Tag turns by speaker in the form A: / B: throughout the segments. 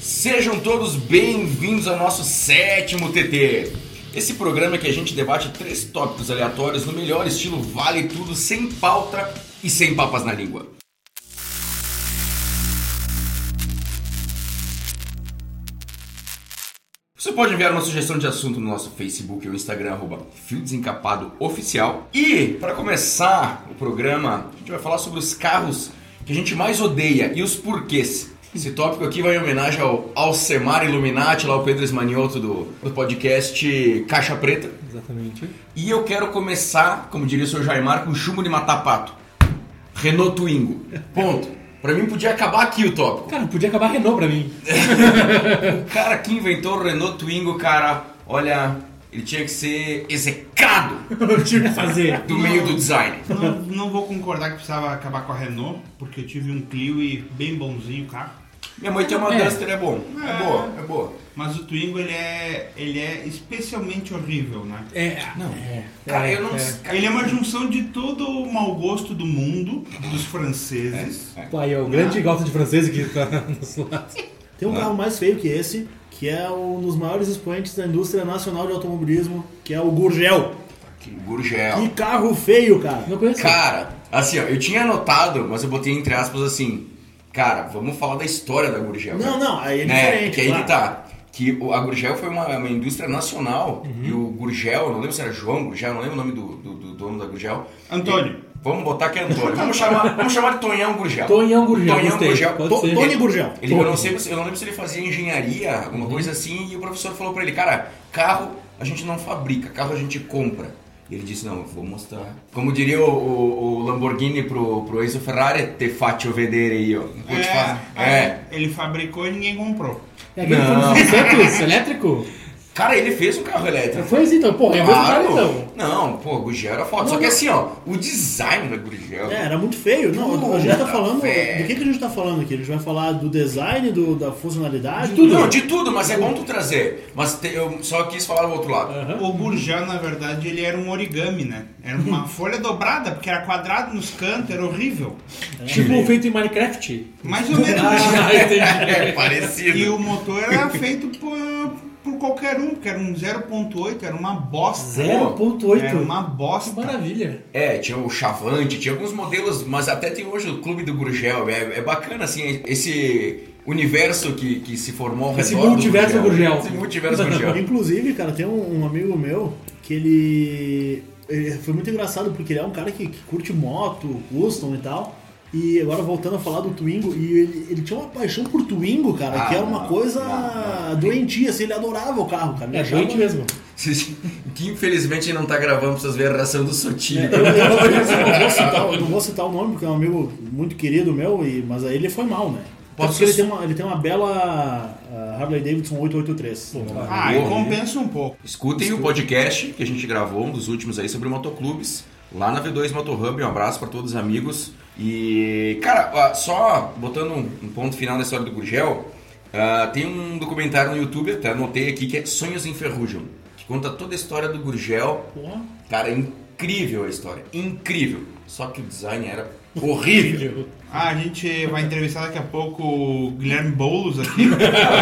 A: Sejam todos bem-vindos ao nosso sétimo TT. Esse programa é que a gente debate três tópicos aleatórios no melhor estilo vale tudo, sem pauta e sem papas na língua. Você pode enviar uma sugestão de assunto no nosso Facebook ou Instagram, arroba Fio Desencapado Oficial. E, para começar o programa, a gente vai falar sobre os carros que a gente mais odeia e os porquês. Esse tópico aqui vai em homenagem ao Alcemar Illuminati, lá o Pedro Esmanioto do, do podcast Caixa Preta.
B: Exatamente.
A: E eu quero começar, como diria o senhor Jaimar, com chumbo de matar pato. Renault Twingo. Ponto. Pra mim podia acabar aqui o tópico.
B: Cara, podia acabar a Renault pra mim.
A: O cara que inventou o Renault Twingo, cara, olha, ele tinha que ser execrado
B: Eu não tinha o que fazer.
A: do meio do design.
C: Não, não vou concordar que precisava acabar com a Renault, porque eu tive um Clio e bem bonzinho o carro.
A: Minha mãe tem uma
B: É.
A: Duster, é bom. É,
C: É.
A: boa, é boa.
C: Mas o Twingo ele é, ele é especialmente horrível, né?
B: É.
A: Não.
B: É,
A: Cara,
B: é,
A: eu não.
B: é.
A: cara,
C: Ele é uma junção de todo o mau gosto do mundo, dos franceses.
B: Pô, aí é o grande gosta de francês aqui tá nos lados.
D: Tem um carro mais feio que esse, que é um dos maiores expoentes da indústria nacional de automobilismo, que é o Gurgel.
A: Que Gurgel.
D: Que carro feio, cara.
B: Não conheço.
A: Cara, assim, ó, eu tinha anotado, mas eu botei entre aspas assim. Cara, vamos falar da história da Gurgel.
D: Não, não, aí é
A: né?
D: diferente.
A: Que aí
D: claro.
A: que tá. Que o- a Gurgel foi uma, uma indústria nacional e o Gurgel, não lembro se era João Gurgel, não lembro o nome do, do- do dono da Gurgel.
C: Antônio.
A: E- vamos botar que é Antônio. Vamos chamar, vamos chamar de Tonhão Gurgel.
B: Tonhão Gurgel,
A: Tonhão
B: gostei.
A: Gurgel.
B: Pode
D: To-
B: ser.
D: Tony Gurgel.
A: Ele, eu, não sei, se- eu não lembro se ele fazia engenharia, alguma coisa assim, e o professor falou pra ele, cara, carro a gente não fabrica, carro a gente compra. E ele disse, não, eu vou mostrar. Como diria o, o- o Lamborghini pro, pro Enzo Ferrari, te faccio vedere io. Vou te fazer. É.
C: Ele fabricou e ninguém comprou.
B: É aquele
A: Não.
B: não. Santos, elétrico?
A: Cara, ele fez um carro elétrico.
B: Foi assim então, porra, é mesmo cara
A: Claro.
B: então.
A: Não, pô, Gurgel era foda. Só que assim, ó, o design da Gurgel.
D: É, era muito feio. Não, a gente tá
A: Puta,
D: falando.
A: velho.
D: Do que, que a gente tá falando aqui? A gente vai falar do design, do- da funcionalidade.
A: Não, de tudo, mas é bom tu trazer. Mas te- eu só quis falar do outro lado.
B: Aham.
C: O Gurgel, na verdade, ele era um origami, né? Era uma folha dobrada, porque era quadrado nos cantos, era horrível.
B: Tipo feito em Minecraft.
C: Mais ou menos. isso.
B: Ah,
A: É,
B: entendi.
A: parecido.
C: E o motor era feito por, por qualquer um, porque era um 0.8, era uma bosta. Era
B: 0.8.
C: uma bosta.
B: Que Maravilha.
A: É, tinha o Chavante, tinha alguns modelos, mas até tem hoje o Clube do Gurgel. É, é bacana, assim, esse universo que, que se formou ao
B: Esse
A: redor
B: multiverso
A: do
B: Gurgel.
A: Esse multiverso Gurgel.
D: Inclusive, cara, tem um, um amigo meu que ele, ele Foi muito engraçado porque ele é um cara que, que curte moto, custom e tal. E agora voltando a falar do Twingo, e ele, ele tinha uma paixão por Twingo, cara,
A: Ah,
D: que era uma
A: não,
D: coisa
A: não,
D: doentia, assim, ele adorava o carro, cara. ele
B: É
D: achava-
B: doente mesmo.
A: Vocês- Que infelizmente não tá gravando pra vocês verem a reação do Sotinho.
D: Eu, eu- eu não, vou citar, eu não vou citar o nome, porque é um amigo muito querido meu, e, mas aí ele foi mal, né? Até
A: Posso-
D: Porque ele tem, uma, ele tem uma bela ah, Harley Davidson 883.
C: Ah, e compensa um pouco.
A: Escutem o podcast que a gente gravou, um dos últimos aí, sobre motoclubes, lá na V2 Motorhub. Um abraço para todos os amigos. E, cara, ó, só botando um um ponto final na história do Gurgel, ah, tem um documentário no YouTube, até anotei aqui, que é Sonhos em Ferrugem, que conta toda a história do Gurgel. Cara, é incrível a história, incrível. Só que o design era horrível.
C: Ah, a gente vai entrevistar daqui a pouco o Guilherme Boulos aqui.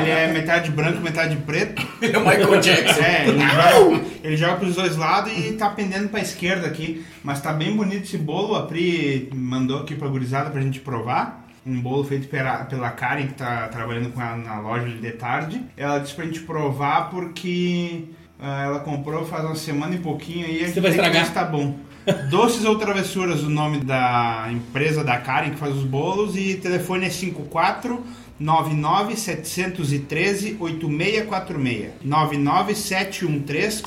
C: ele é metade branco, metade preto.
A: é o Michael Jackson.
C: É, ele joga, ele joga pros dois lados e tá pendendo pra esquerda aqui. Mas tá bem bonito esse bolo. A Pri mandou aqui pra gurizada pra gente provar. Um bolo feito pela, pela Karen, que tá trabalhando com ela na loja ali de tarde. Ela disse pra gente provar porque ah, ela comprou faz uma semana e pouquinho aí. a gente
B: vai
C: tem que ver
B: estragar.
C: se Tá bom. Doces ou Travessuras, o nome da empresa da Karen que faz os bolos. E telefone é 54 99 713 8646. 99 713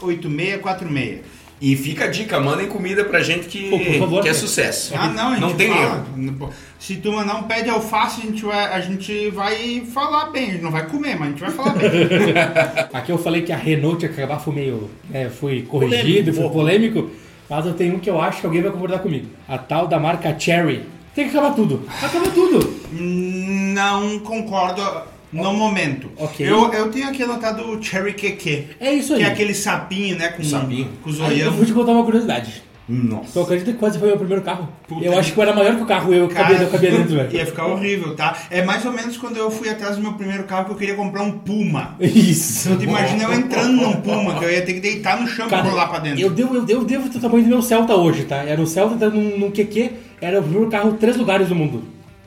C: 8646.
A: E fica a dica, mandem comida pra gente que,
B: Pô, por favor,
A: que é
B: cara.
A: sucesso.
C: Ah, não, a gente
A: não tem erro.
C: fala. Se tu mandar um pé de alface, a gente, vai, a gente vai falar bem. A gente não vai comer, mas a gente vai falar bem.
B: Aqui eu falei que a Renault tinha que acabar, fui meio. é, fui corrigido, fui polêmico, mas eu tenho um que eu acho que alguém vai concordar comigo. A tal da marca Cherry. Tem que acabar tudo. Acaba tudo.
C: não concordo no momento.
B: Ok.
C: Eu, eu tenho aqui anotado o Cherry Keke.
B: É isso aí. Hum.
C: Que é aquele sapinho, né? Com,
A: Sapinho.
C: com os
B: Aí eu
C: olhão.
B: vou te contar uma curiosidade.
A: Nossa.
B: Tu acredita que quase foi o meu primeiro carro?
C: Puta
B: eu
C: que-
B: acho que eu era maior que o carro, eu cabia, eu cabia dentro, velho.
C: Ia ficar horrível, tá? É mais ou menos quando eu fui atrás do meu primeiro carro que eu queria comprar um Puma.
B: Isso.
C: Tu imagina eu entrando num Puma, que eu ia ter que deitar no chão pra rolar pra dentro.
B: Eu devo, eu, devo, eu devo ter o tamanho do meu Celta hoje, tá? Era o Celta tá num, num QQ, era o primeiro carro três lugares do mundo.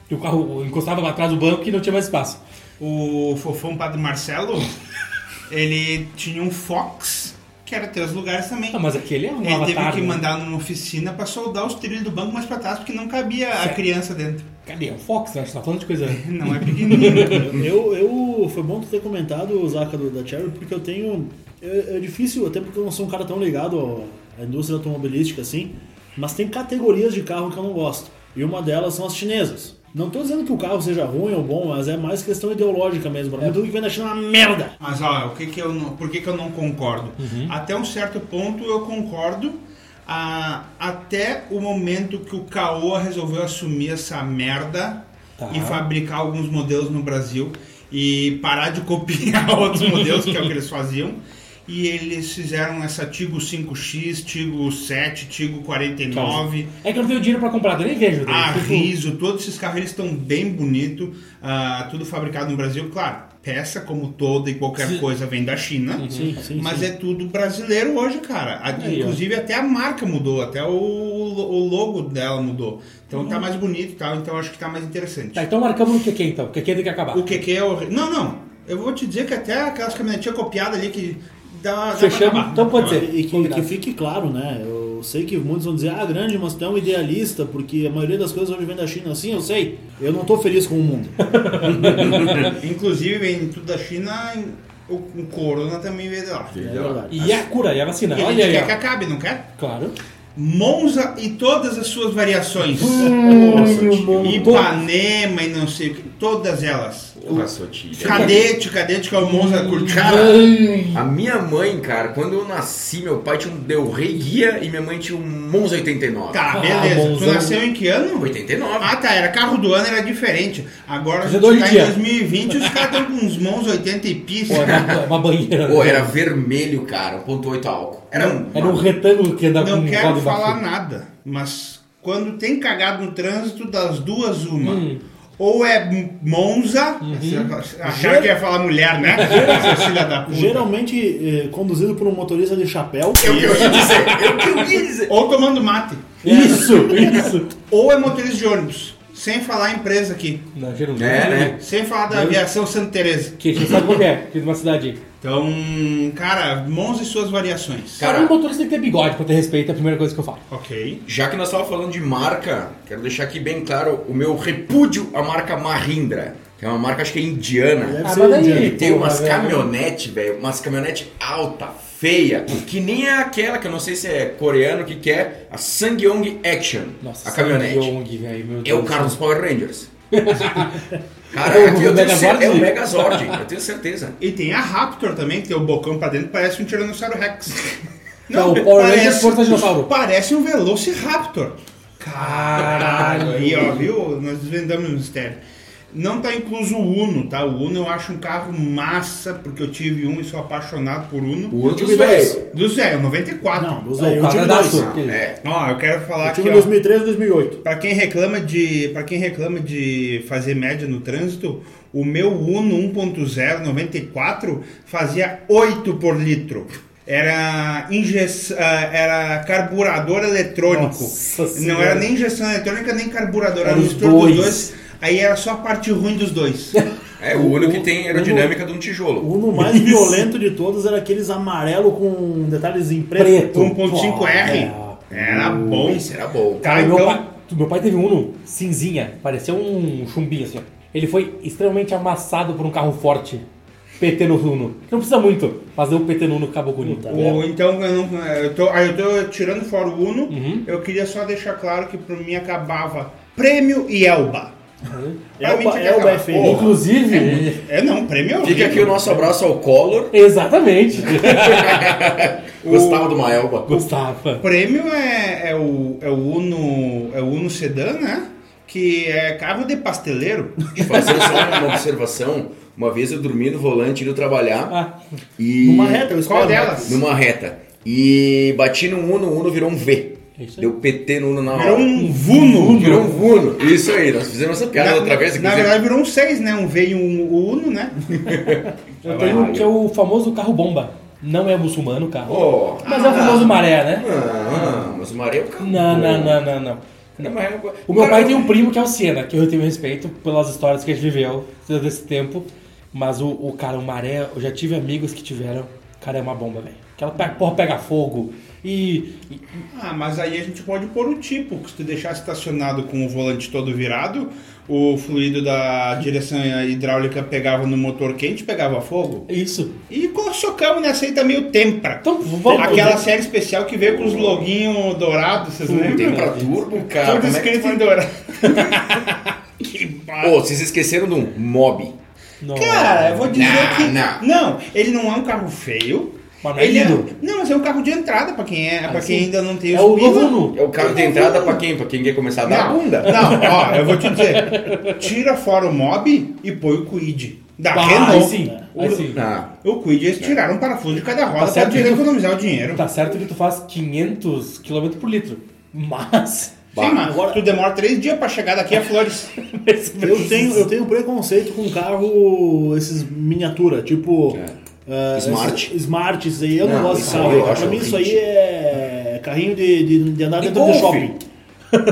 B: Que o carro encostava lá atrás do banco e não tinha mais espaço.
C: O fofão Padre Marcelo, ele tinha um Fox, que era três lugares também.
B: Ah, mas aquele é um
C: ele teve
B: avatar,
C: que
B: né?
C: mandar numa oficina pra soldar os trilhos do banco mais pra trás, porque não cabia a
B: Certo.
C: criança dentro.
B: Cadê? É o Fox, né? A gente tá falando de coisa...
C: Não é pequenininho.
D: Eu, eu, foi bom tu ter comentado, Zaca, do- da Cherry, porque eu tenho. É, é difícil, até porque eu não sou um cara tão ligado ao- à indústria automobilística assim, mas tem categorias de carro que eu não gosto. E uma delas são as chinesas. Não tô dizendo que o carro seja ruim ou bom, mas é mais questão ideológica mesmo. Pra mim, tudo que vem da China é uma merda.
C: Mas olha, o que que eu não, por que, que eu não concordo? Até um certo ponto eu concordo, ah, até o momento que o Caoa resolveu assumir essa merda
B: Tá.
C: e fabricar alguns modelos no Brasil e parar de copiar outros modelos, que é o que eles faziam. E eles fizeram essa Tigo 5X, Tigo 7, Tigo 49.
B: É que eu não tenho dinheiro pra comprar, eu nem vejo. daí.
C: Ah,
B: Tipo,
C: riso, todos esses carros eles estão bem bonito, ah, tudo fabricado no Brasil, claro. Peça como toda e qualquer
B: Sim.
C: coisa vem da China,
D: Sim, sim,
C: mas
D: sim.
C: é tudo brasileiro hoje, cara. A-
B: Aí, ó.
C: inclusive até a marca mudou, até o, o logo dela mudou. Então tá mais bonito, e tal. Então acho que tá mais interessante.
B: Uhum. Tá, então marcamos o QQ, então. O QQ tem que acabar.
C: O que que é o não, não. Eu vou te dizer que até aquelas caminhonetinhas copiadas ali que dá, dá pra
B: Fechamos?
C: acabar.
B: Então pode ser.
D: E que,
B: Combinado.
D: que fique claro, né? Eu sei que muitos vão dizer, ah, grande, mas tu é um idealista, porque a maioria das coisas hoje vem da China. Sim, eu sei. Eu não tô feliz com o mundo.
C: É. Inclusive vem tudo da China, o, o Corona também veio de lá.
D: É
A: Entendeu?
D: verdade.
B: E a cura, e a
C: E
B: vacina.
C: a gente
B: Olha aí,
C: quer
B: ó.
C: que acabe, não quer?
B: Claro.
C: Monza e todas as suas variações.
B: Hum. meu bom.
C: Ipanema e não sei o que. Todas elas.
A: Porra, sua tia.
C: Cadete, cadete que é o Monza Curtiara.
B: Ai.
A: A minha mãe, cara, quando eu nasci, meu pai tinha um Del Rey Guia e minha mãe tinha um Monza 89.
C: Tá,
B: Ah,
C: beleza. tu
B: Monzão.
C: nasceu em que
A: Um
C: ano?
A: 89.
C: Ah, tá. Era carro do ano, era diferente. Agora a
B: Mas é
C: gente
B: do hoje
C: tá
B: em dia.
C: em 2020 os caras estão com uns Monza 80 e pis.
B: Pô, né? era uma banheira. né?
A: Pô, era vermelho, cara, 1.8 álcool. Era um...
B: Era um retângulo que andava
C: Não
B: com um
C: quero
B: roda embaixo.
C: falar nada, mas quando tem cagado no trânsito, das duas, uma.
B: Hum.
C: Ou é Monza,
B: Uhum.
C: acharam que ia falar mulher, né? Essa filha da puta.
D: Geralmente eh, conduzido por um motorista de chapéu.
A: Eu que eu ia dizer, eu que eu ia dizer.
C: Ou tomando mate.
B: Isso, isso.
C: Ou é motorista de ônibus. Sem falar a empresa aqui.
B: Na Gerundina.
A: É, né?
C: Sem falar da aviação Santa Teresa.
B: Que a gente sabe qual que é, que é de uma cidade.
C: Então, cara, Monza e suas variações.
A: Cara-
B: Cara, um motorista tem que ter bigode pra ter respeito, é a primeira coisa que eu falo.
C: Ok.
A: Já que nós estávamos falando de marca, quero deixar aqui bem claro o meu repúdio à marca Mahindra, que é uma marca, acho que é indiana.
D: Deve
B: Ah, mas
D: ser
B: é- daí-
D: indiano.
A: E tem
B: Porra,
A: umas
B: velho.
A: caminhonete, velho, umas caminhonete alta, feia, que nem é aquela que eu não sei se é coreano, o que que é, a Sangyong Action,
B: Nossa,
A: a caminhonete.
B: Young, velho, meu
A: É o
B: Deus.
A: cara dos Power Rangers. Cara,
B: É o
A: eu tenho
B: Megazord?
A: certeza- é o Megazord, eu tenho certeza.
C: E tem a Raptor também, que tem o bocão pra dentro, parece um Tiranossauro Rex.
B: Não, o Power Rangers Força Dinossauro.
C: Parece um Velociraptor.
B: Caralho.
C: Aí, ó, viu? Nós desvendamos o mistério. Não tá incluso o Uno, tá? O Uno eu acho um carro massa, porque eu tive um e sou apaixonado por Uno.
A: O outro
D: tive dois.
A: velho.
C: Do zero, 94.
D: Não,
B: Não,
D: eu
B: o
D: tive
B: cara
D: dois.
B: da aço.
A: É.
C: Ó, eu quero falar
D: Eu
C: aqui,
D: tive em
C: ó.
D: 2013 e 2008.
C: Pra quem reclama de, para quem reclama de fazer média no trânsito, o meu Uno 1.0 94 fazia 8 por litro. Era inje- ah, era carburador eletrônico.
B: Nossa
C: não
B: Senhora.
C: era nem injeção eletrônica nem carburador, era,
B: Era
C: um
B: os
C: mistura dos
B: dois.
C: dois. Aí era só a parte ruim dos dois.
A: É o único que tem aerodinâmica de um tijolo.
D: O no mais violento de todos era aqueles amarelo com detalhes em preto.
B: Preto.
C: 1.5R. Era bom.
A: Isso era bom.
C: Tá,
B: Cara, meu,
C: então-
B: pai, tu- meu pai teve um Uno cinzinha, parecia um chumbinho assim. ó. Ele foi extremamente amassado por um carro forte. PT no Uno. Não precisa muito, mas deu PT no Uno acabou com ele.
C: Ou então, eu, não, eu, tô, aí eu tô tirando fora o Uno, eu queria só deixar claro que pra mim acabava Prêmio e Elba. Pra
D: Elba-
C: mim tinha que
D: Elba é
C: acabar.
D: feio.
C: Porra.
B: Inclusive,
C: É não, prêmio é
A: Fica
C: horrível.
A: aqui o nosso abraço ao Collor.
B: exatamente.
A: Gostava do Maelba.
B: Gostava.
C: Prêmio é, é, o, é o Uno. É o Uno Sedan, né? Que é carro de pasteleiro.
A: De fazer só uma observação. Uma vez eu dormi no volante indo trabalhar
B: Ah,
A: e.
D: Numa reta, eu
C: Qual
D: espero. né?
C: delas?
A: Numa reta. E bati num Uno, o Uno virou um V.
B: É isso aí.
A: Deu PT no Uno na hora.
C: Virou um Vuno.
A: Virou um Uno. Isso aí, nós fizemos essa piada
C: na,
A: outra vez.
C: na
A: inclusive.
C: verdade virou um 6, né? Um veio um Uno, né?
B: Eu tenho um que é o famoso carro bomba. Não é muçulmano o carro.
A: Pô,
B: mas é o famoso maré, né?
A: não, mas o Maria é o cara.
B: Não, não, não, não, não.
A: Não, mas é uma-
B: O meu
A: cara,
B: pai tem um primo que é o Senna, que eu tenho respeito pelas histórias que a gente viveu durante esse tempo. Mas o, o cara, o Maré, eu já tive amigos que tiveram. O cara é uma bomba, velho. Aquela pe- porra pega fogo. E, e-
C: Ah, mas aí a gente pode pôr o tipo, que se tu deixar estacionado com o volante todo virado, o fluido da direção hidráulica pegava no motor quente, pegava fogo.
B: é isso.
C: E co- socamos nessa aí tá meio tempra.
B: Então, vamos.
C: Aquela série especial que veio com os loguinhos dourados, vocês
A: Tem
C: lembram?
A: pra turbo, cara.
C: Todo
A: Como é que
C: escrito em dourado. que barra.
A: Pô, vocês esqueceram de um mob.
B: Não.
C: Cara, eu vou dizer
A: Não,
C: que.
A: não.
C: ele não é um carro feio.
B: Mas não é
C: ele
B: lindo.
C: é, não, mas é um carro de entrada pra quem é, pra
B: sim.
C: quem ainda não tem
B: É
C: os
B: o
C: pila.
B: novo Uno.
A: É o carro de entrada pra quem? Pra quem quer começar a dar
C: Não,
A: Tá bunda.
C: Não, ó, eu vou te dizer. Tira fora o Mob e põe o Quid. Da
B: Ah, aí
C: Renault.
B: sim. Aí sim.
A: Ah,
C: O Quid eles tiraram um parafuso de cada roda pra
B: certo
C: poder
B: que tu-
C: economizar o dinheiro.
B: Tá certo que tu faz 500 km por litro. Mas.
C: Sim, mas tu demora três dias pra chegar daqui a Flores.
D: Eu tenho, eu tenho preconceito com carro, esses miniatura, tipo.
A: É.
D: ah,
A: Smart.
D: esses Smart, isso aí. Eu não,
A: Não,
D: gosto de
A: isso
D: carro.
A: aí eu
D: cara.
A: acho
D: pra mim, isso aí
A: horrível.
D: é carrinho de, de, de andar
A: E
D: dentro do
A: golfe.
D: shopping.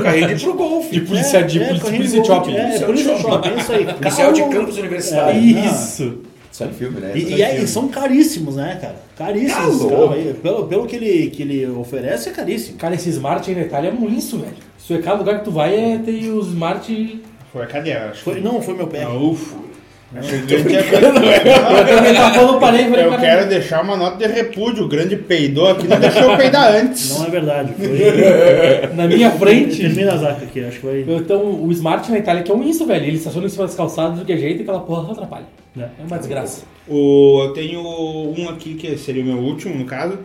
A: Carrinho de pro golfe.
B: De polícia, de,
D: é,
B: polícia-
D: carrinho
B: polícia
D: de
B: de
D: golfe,
B: shopping.
D: É,
A: Policial de
D: polícia de
A: shopping.
D: shopping, é isso aí.
A: Policial de
D: Carro- É,
A: campus
D: Ah,
A: universitário.
B: Isso.
A: Sai filme, né?
D: E, e aí, são caríssimos, né, cara? Caríssimos.
A: Tá
D: esses
A: louco.
D: carros aí. Pelo, pelo que, ele, que ele oferece, é caríssimo.
B: Cara, esse Smart aí na Itália é muito, velho. Isso é cada lugar que tu vai é tem o Smart.
C: Foi, cadê? Acho que
D: Foi- não, foi meu pé.
C: Ah, ufa.
B: Eu também tava falando, parei e falei,
C: é Eu
B: cara,
C: quero deixar uma nota de repúdio. O grande peidou aqui não deixou eu peidar antes.
D: Não é verdade. Foi.
B: na minha frente.
D: Termina a zaca aqui, acho que vai.
B: Então, o Smart na Itália que é um isso, velho. Ele estaciona em cima das calçadas do que é jeito e aquela porra só atrapalha. É uma desgraça.
C: O, eu tenho um aqui que seria o meu último, no caso.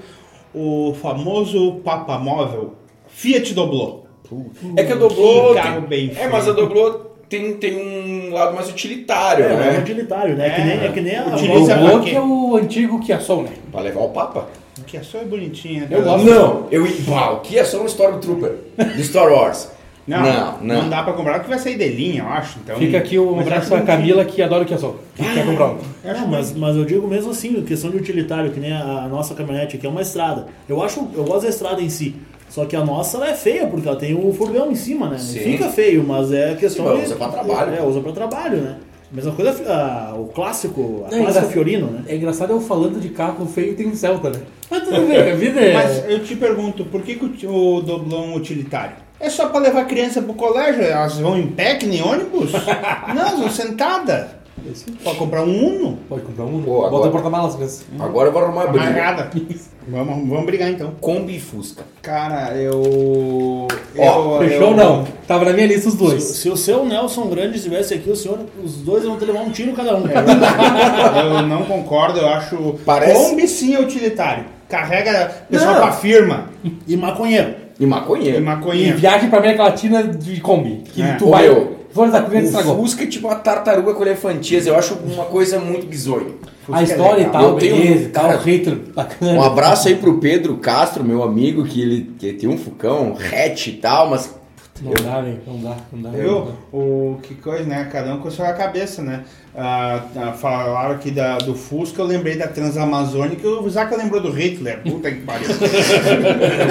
C: O famoso papamóvel Fiat Doblô.
A: É que a Doblô.
C: Que carro bem
A: é, mas a
C: feio.
A: Doblô tem, tem um lado mais utilitário,
D: É, é um
A: né?
D: utilitário, né? É que nem, é que nem a.
B: O
C: Utiliza pra
B: Glock
C: quê?
B: é o antigo Kia Soul, né?
A: Pra levar o Papa.
C: Que é só bonitinha. né?
B: Eu gosto.
A: Não, eu. Uau, o que é só um Stormtrooper do Star Wars?
C: Não,
A: não.
C: não, dá pra comprar porque vai sair de linha, eu acho. Então,
B: Fica aqui um
C: Mas
B: abraço
C: acho
B: pra Camila que adora o Kia Soul. Que
C: Ah,
B: quer comprar
C: é.
B: um.
D: Não, mas, mas eu digo mesmo assim, questão de utilitário, que nem a, a nossa caminhonete aqui é uma estrada. Eu acho, eu gosto da estrada em si. Só que a nossa ela é feia, porque ela tem o furgão em cima, né? Não
A: Sim.
D: Fica feio, mas é questão
A: Sim, mas
D: de.
A: usa pra trabalho.
D: É, usa pra trabalho, né? Mesma coisa a- o clássico, a
B: Não,
D: clássica
B: isso-
D: Fiorino, né?
B: É engraçado eu falando de carro feio tem um Celta, né? Mas tudo bem, a vida é.
C: Mas eu te pergunto, por que, que o ti- o Doblô é um utilitário? É só pra levar criança pro colégio? Elas vão em pé, que nem ônibus? não, elas vão sentada. Pra comprar um Uno?
B: Pode comprar um,
A: Pô, agora-
B: bota no porta-malas mesmo.
A: Agora eu vou arrumar
C: Tá
A: a briga.
C: Amarrada. vamos, vamos brigar então.
A: Kombi e Fusca.
C: Cara, eu.
A: Ó,
C: eu,
B: Fechou
C: eu-
B: ou não? Tava na minha lista os
D: Se,
B: dois.
D: se o seu Nelson Grande estivesse aqui, o senhor, os dois vão ter que levar um tiro cada um.
C: É. Eu não concordo, eu acho.
A: Parece-
C: Kombi sim é utilitário. Carrega pessoal
A: Não.
C: pra firma.
D: E maconheiro.
A: E maconheiro.
C: E
B: E
C: maconha.
B: viagem pra América Latina de Kombi. Que
C: É.
B: tu
A: Ô,
B: vai.
A: meu,
B: Flores da Cunha
A: O
B: estragou.
A: Fusca é tipo uma tartaruga com elefantias. Eu acho uma coisa muito bizonha.
B: A história e tal,
A: Eu tenho um-
B: beleza e tal,
A: cara,
B: hater
A: Um
B: bacana.
A: abraço aí pro Pedro Castro, meu amigo, que ele que tem um Fucão, um hatch e tal, mas.
B: Não dá, velho. Não dá, não dá. não
C: Viu?
B: dá.
C: O que coisa, né? Cada um com a sua cabeça, né? Ah, ah, falaram aqui da, do Fusca, eu lembrei da Transamazônica, o Zaca lembrou do Hitler. Puta que pariu.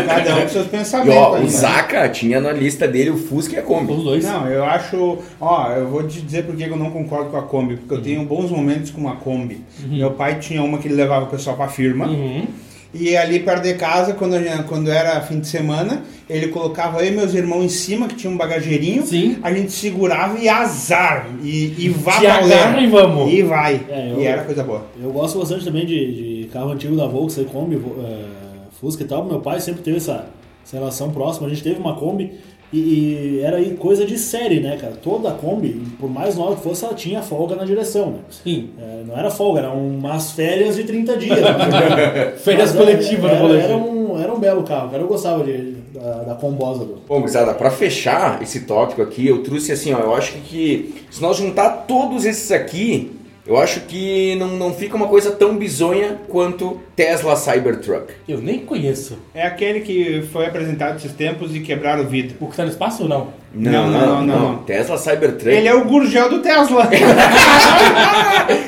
C: Cada um com seus
A: E,
C: pensamentos.
A: ó,
C: aí,
A: o
C: né?
A: Zaca tinha na lista dele o Fusca e a Kombi.
B: Os dois.
C: Não, eu acho. Ó, eu vou te dizer porque eu não concordo com a Kombi. Porque eu tenho bons momentos com uma Kombi. Meu pai tinha uma que ele levava o pessoal pra firma.
B: Uhum.
C: E ali perto de casa, quando, eu- quando era fim de semana, ele colocava eu e meus irmãos em cima, que tinha um bagageirinho.
B: Sim.
C: A gente segurava e azar. E, e vá
B: Te
C: pra ler.
B: agarra e vamos.
C: E vai.
D: É, eu-
C: E era coisa boa.
D: Eu gosto bastante também de, de carro antigo da Volkswagen, Kombi, vo- eh, Fusca e tal. Meu pai sempre teve essa, essa relação próxima. A gente teve uma Kombi e, e era aí coisa de série, né, cara? Toda Kombi, por mais nova que fosse, ela tinha folga na direção, né?
B: Sim.
D: Eh, não era folga, eram umas férias de 30 dias. né?
B: Férias
D: Mas
B: coletivas no
D: era, era,
B: colégio.
D: era, um, era um belo carro, cara. Eu gostava de, da, da combosa do.
A: Bom, gurizada, pra fechar esse tópico aqui, eu trouxe assim, ó, eu acho que se nós juntar todos esses aqui, Eu acho que não, não fica uma coisa tão bizonha quanto Tesla Cybertruck.
B: Eu nem conheço.
C: É aquele que foi apresentado esses tempos e quebraram o vidro.
B: O que tá no espaço ou não?
C: Não, não, não, não.
A: Tesla Cybertruck.
C: Ele é o Gurgel do Tesla.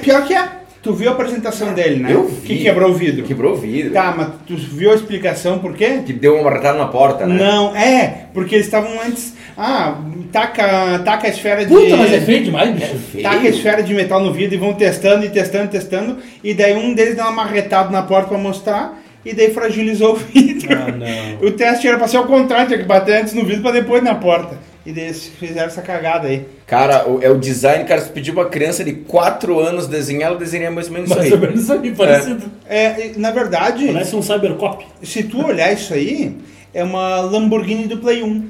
C: Pior que é. Tu viu a apresentação dele, né?
A: Eu vi.
C: Que quebrou o vidro.
A: Quebrou o vidro.
C: Tá, mas tu viu a explicação por quê?
A: Que deu uma marretada na porta, né?
C: Não, é, porque eles estavam antes. Ah, taca, taca a esfera de.
B: Puta, mas é feio demais, bicho.
A: Feio.
C: Taca Tá a esfera de metal no vidro e vão testando e testando, testando. E daí um deles dá uma marretada na porta pra mostrar. E daí fragilizou o vidro.
B: Ah, não.
C: O teste era pra ser o contrário, tinha que bater antes no vidro pra depois na porta. E daí eles fizeram essa cagada aí.
A: Cara, o- é o design, cara, se tu pedir pra criança de 4 anos desenhar, ela desenha mais ou menos
B: Mais
A: isso
B: ou
A: aí.
B: menos isso aí, parecido.
C: É, e, na verdade,
D: Parece um Cybercop.
C: se tu olhar isso aí, é uma Lamborghini do Play 1.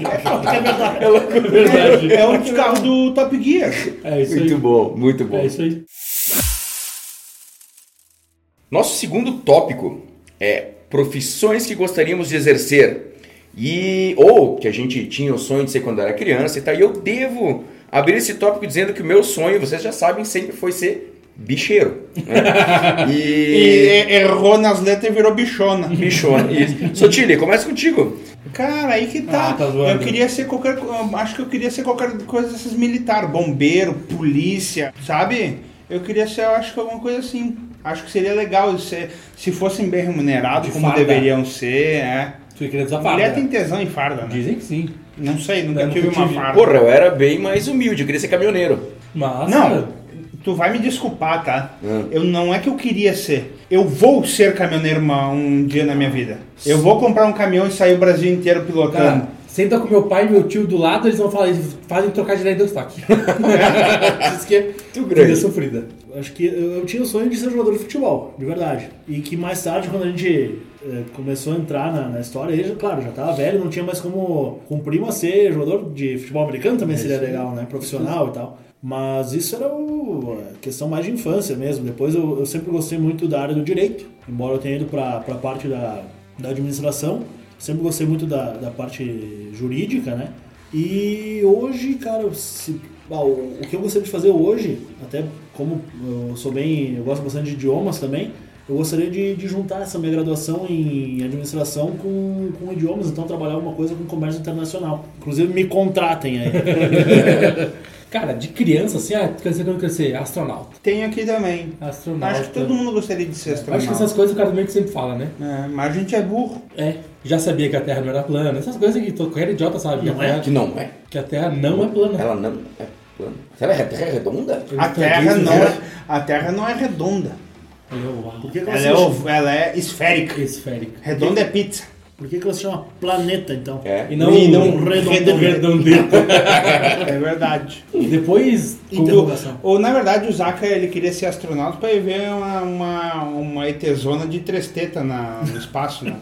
D: É verdade.
B: É verdade.
C: É um dos carros do Top Gear.
B: É isso
A: Muito
B: aí.
A: bom, muito bom.
B: É isso aí.
A: Nosso segundo tópico é profissões que gostaríamos de exercer. E ou que a gente tinha o sonho de ser quando era criança e tal. E eu devo abrir esse tópico dizendo que o meu sonho, vocês já sabem, sempre foi ser bicheiro. né?
B: é.
C: E e- errou nas letras e virou bichona.
A: Bichone. Isso. Sotile, começa contigo.
C: Cara, aí que tá.
B: Ah, tá zoando.
C: eu queria ser qualquer. co- Acho que eu queria ser qualquer coisa desses militares. Bombeiro, polícia, sabe? Eu queria ser, eu acho que alguma coisa assim. Acho que seria legal ser, se fossem bem remunerados,
B: De
C: como
B: farda.
C: deveriam ser. É.
B: Tu queria
C: Mulher
B: desaparar.
C: tem tesão em farda, né?
B: Dizem que sim.
C: Não sei, nunca
B: Eu nunca
C: tive uma
B: tive.
C: farda.
A: Porra, eu era bem mais humilde, eu queria ser caminhoneiro.
B: Mas.
C: Não, tu vai me desculpar, tá?
A: Hum.
C: Eu não é que eu queria ser. Eu vou ser caminhoneiro uma- um dia na minha vida. Eu vou comprar um caminhão e sair o Brasil inteiro pilotando.
B: Cara, senta com meu pai e meu tio do lado, eles vão falar, eles fazem trocar de ideia do sotaque. Isso que é
A: Tu grande.
B: vida sofrida.
D: Acho que eu, eu tinha o sonho de ser jogador de futebol, de verdade. E que mais tarde, quando a gente eh, começou a entrar na, na história, ele, claro, já tava velho, não tinha mais como cumprir uma ser jogador de futebol americano
B: É
D: também seria legal, né? Profissional e tal. Mas isso era o, a questão mais de infância mesmo. Depois eu, eu sempre gostei muito da área do direito, embora eu tenha ido para a parte da, da administração. Sempre gostei muito da, da parte jurídica, né? E hoje, cara, se- ah, o o que eu gostaria de fazer hoje, até como eu sou bem, eu gosto bastante de idiomas também, eu gostaria de, de juntar essa minha graduação em administração com, com idiomas, então trabalhar alguma coisa com comércio internacional. Inclusive me contratem aí.
B: Cara, de criança, assim, ah, tu quer ser quando crescer? Astronauta.
C: Tem aqui também.
B: Astronauta.
C: Acho que todo mundo gostaria de ser astronauta.
B: Acho que essas coisas o cara meio que sempre fala, né?
C: É, mas a gente é burro.
B: É. Já sabia que a Terra não era plana. Essas coisas que todo- qualquer idiota sabe.
D: Não
B: que, a
D: é?
B: terra,
A: Que não é.
B: que a Terra não é plana.
A: Ela não é plana. Será que a Terra é redonda?
B: Eu
C: A
B: tô dizendo,
C: terra, não
B: cara.
C: é, a terra não é redonda.
B: Eu, uau.
D: Por que, que
C: Ela
D: ela se
C: é,
D: chama,
C: ov- ela é esférica.
B: Esférica.
C: Redonda é pizza.
D: por que que ela se chama planeta, então?
A: É.
B: E não,
C: E não
D: redondeta.
B: redondeta.
C: É verdade.
B: Depois,
C: Ou,
B: interrogação.
C: ou, na verdade o Zaka ele queria ser astronauta para ver uma, uma, uma ETzona de tresteta na, no espaço, né?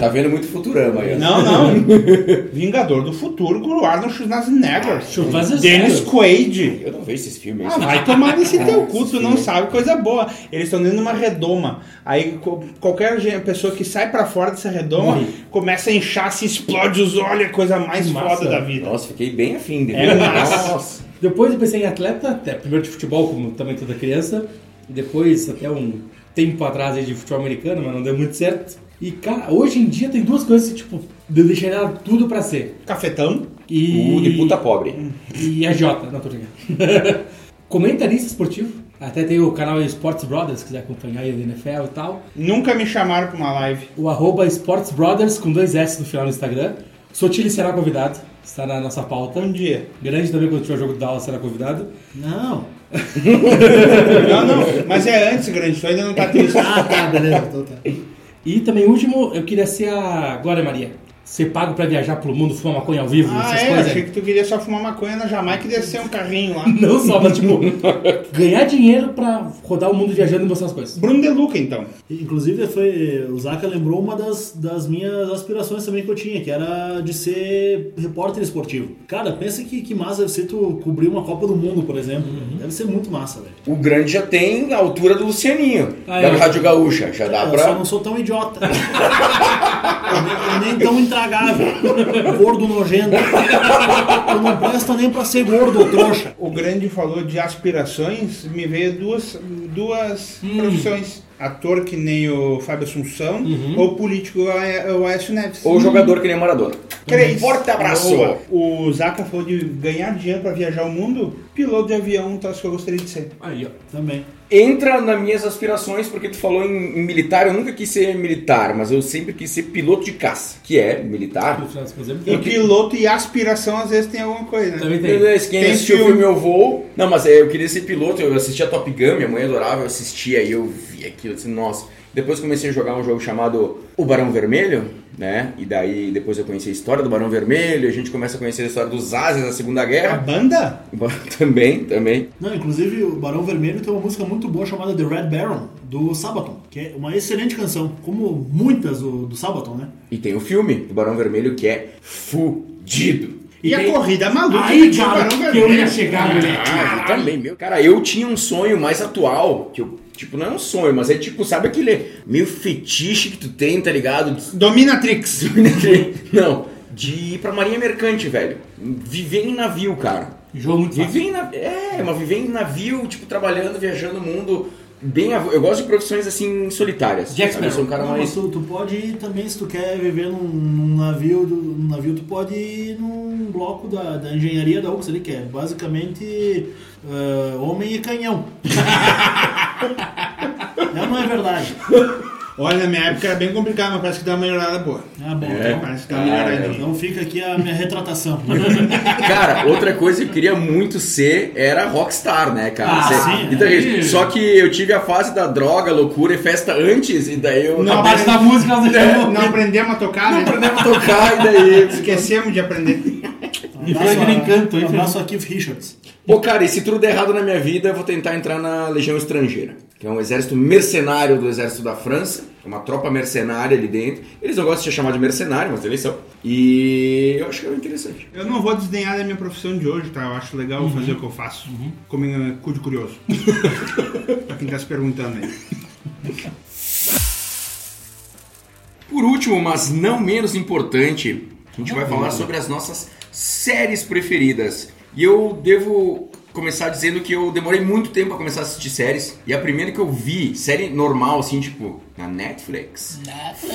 A: Tá vendo muito Futurama aí. né? ó.
C: Não, não. Vingador do Futuro com o Arnold Schwarzenegger.
B: Schwarzenegger.
C: Dennis Quaid.
A: Eu não vejo esses filmes.
C: Ah, vai tomar nesse
B: É,
C: teu cu, tu não sabe coisa boa. Eles estão dentro de uma redoma. Aí co- qualquer ge- pessoa que sai pra fora dessa redoma
B: Morre.
C: começa a inchar, se explode os olhos, é a coisa mais
B: Que massa.
C: foda da vida.
A: Nossa, fiquei bem afim de
C: É
A: ver.
C: massa.
A: Nossa.
B: Depois eu pensei em atleta, até primeiro de futebol, como também toda criança. E depois, até um tempo atrás, aí de futebol americano, mas não deu muito certo. E, cara, hoje em dia tem duas coisas que, tipo, eu deixaria ela tudo pra ser.
C: Cafetão.
B: E...
A: O de puta pobre.
B: E é a Jota, não tô ligado. Comentarista esportivo. Até tem o canal Sports Brothers, se quiser acompanhar aí do NFL e tal.
C: Nunca me chamaram pra uma live.
B: O arroba Sports Brothers, com dois S no final no Instagram. Sotile será convidado, está na nossa pauta.
C: Um dia.
B: Grande também quando tiver o jogo do Dallas será convidado.
D: Não.
C: Não, não. Mas é antes, grande. Tu ainda não tá triste.
D: Ah, tá, beleza. Tô, tá.
B: E também, último, eu queria ser a Glória Maria. Ser pago pra viajar pelo mundo, fumar maconha ao vivo,
C: Ah,
B: essas
C: é. Eu
B: coisas.
C: achei que tu queria só fumar maconha na Jamaica e descer um carrinho lá.
B: Não só, mas tipo, ganhar dinheiro pra rodar o mundo viajando e mostrar as coisas.
C: Bruno Deluca, então.
D: Inclusive, foi, o Zaka lembrou uma das, das minhas aspirações também que eu tinha, que era de ser repórter esportivo. Cara, pensa que, que massa deve ser tu cobrir uma Copa do Mundo, por exemplo.
C: Uhum.
D: Deve ser muito massa, velho.
A: O grande já tem a altura do Lucianinho.
B: Ah,
A: da
B: é.
A: Rádio Gaúcha. Já dá
D: Eu
A: pra.
D: só não sou tão idiota. eu, nem, eu tá nem tão intragável. Gordo nojento. Tu não presta nem pra ser gordo, ô trouxa.
C: O grande falou de aspirações, me veio duas, duas profissões. Ator que nem o Fábio Assunção, ou político o Aécio Neves.
A: Ou jogador que nem é Maradona.
C: Três.
A: Forte abraço.
C: Boa. O Zaca falou de ganhar dinheiro pra viajar o mundo. Piloto de avião, um troço que eu gostaria de ser.
B: Aí, ó.
D: Também.
A: Entra nas minhas aspirações, porque tu falou em, em militar, eu nunca quis ser militar, mas eu sempre quis ser piloto de caça, que é militar.
B: No final das contas, é
C: E piloto e aspiração às vezes tem alguma coisa, né?
B: Também tem.
A: Beleza, Quem
C: Tem
A: assistiu o
C: filme.
A: filme Eu Vou. Não, mas é, eu queria ser piloto, eu assistia Top Gun, minha mãe adorava, eu assistia e eu via aquilo, assim, nossa. Depois comecei a jogar um jogo chamado O Barão Vermelho, né? E daí depois eu conheci a história do Barão Vermelho, a gente começa a conhecer a história dos Asas da Segunda
C: É A
A: Guerra.
C: banda?
A: Também, também.
D: Não, inclusive o Barão Vermelho tem uma música muito boa chamada The Red Baron, do Sabaton, que é uma excelente canção, como muitas do, do Sabaton, né?
A: E tem o filme do Barão Vermelho que é fudido.
C: E, a
B: tem-
C: corrida maluca. que
B: Aí,
C: tinha o
B: cara,
C: Barão
B: que eu
C: Vermelho.
B: ia chegar, moleque.
A: Ah, eu também, meu. Cara, eu tinha um sonho mais atual, que eu, tipo, não é um sonho, mas é tipo, sabe aquele meio fetiche que tu tem, tá ligado?
C: Dominatrix.
A: Não, de ir pra marinha mercante, velho. Viver em navio, cara.
B: Jogo muito fácil.
A: Viver em navio, é, mas viver em navio, tipo, trabalhando, viajando o mundo, bem... av- Eu gosto de profissões, assim, solitárias.
B: Jack
A: sabe? Eu sou um cara
D: Não, mas
A: mais...
D: tu, tu pode ir também, se tu quer viver num, num navio, do- num navio, tu pode ir num bloco da, da engenharia da UX ali, que é basicamente eh, homem e canhão. é, não é verdade.
C: Olha, na minha época era bem complicado, mas parece que dá uma melhorada boa.
D: Ah, bom,
A: É,
D: então,
C: Parece que dá uma melhoradinha.
D: então fica aqui a minha retratação.
A: Cara, outra coisa que eu queria muito ser era rockstar, né, cara?
B: Ah,
A: Ser
B: sim.
A: guitarrista. Só que eu tive a fase da droga, loucura e festa antes, e daí eu
C: Não,
B: A
A: não
B: parte da música, ela deixou.
C: Não aprendemos a tocar, né?
A: aprendemos a tocar, e daí.
C: Esquecemos de aprender.
B: E foi aquele encanto, hein,
D: Um abraço a Keith Richards.
A: Pô, cara, e se tudo der errado na minha vida, eu vou tentar entrar na Legião Estrangeira, que é um exército mercenário do exército da França, é uma tropa mercenária ali dentro. Eles não gostam de se chamar de mercenário, mas eles são. E eu acho que é interessante.
C: Eu não vou desdenhar da minha profissão de hoje, tá? Eu acho legal fazer o que eu faço. Como eh, cu de curioso. pra quem tá se perguntando aí.
A: Por último, mas não menos importante, a gente vai falar sobre as nossas séries preferidas. E eu devo começar dizendo que eu demorei muito tempo pra começar a assistir séries. E a primeira que eu vi, série normal, assim, tipo, na Netflix,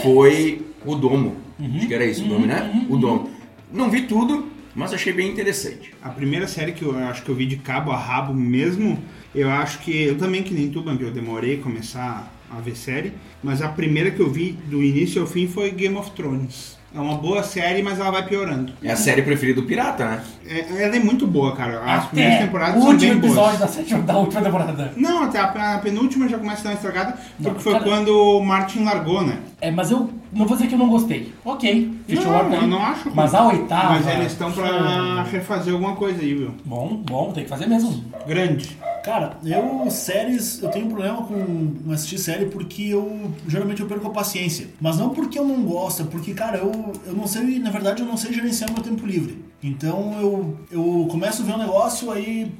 A: foi O Domo.
B: Uhum.
A: Acho que era isso o nome, né? o Domo. Não vi tudo, mas achei bem interessante.
C: A primeira série que eu acho que eu vi de cabo a rabo mesmo, eu acho que. Eu também, que nem tu, Bambi, eu demorei a começar a ver série, mas a primeira que eu vi do início ao fim foi Game of Thrones. É uma boa série, mas ela vai piorando.
A: É a série preferida do pirata, né?
C: É- ela é muito boa, cara. As primeiras
B: Até
C: temporadas
B: o
C: são bem
B: último
C: boas.
B: episódio da, sétima, da última temporada.
C: Não, até a, a penúltima já começa a dar uma estragada, porque
B: Não,
C: foi
B: cara-
C: quando o Martin largou, né?
B: É, mas eu não vou dizer que eu não gostei. Ok, fechou o
C: Não,
B: arco
C: eu
B: aí.
C: não acho ruim.
B: Mas a oitava. um
C: Mas eles estão pra refazer alguma coisa aí, viu?
B: Bom, bom, tem que fazer mesmo.
C: Grande.
D: Cara, eu séries, eu tenho um problema com assistir série porque eu geralmente eu perco a paciência. Mas não porque eu não gosto, é porque, cara, eu, eu não sei, na verdade, eu não sei gerenciar meu tempo livre. Então eu, eu começo a ver um negócio, aí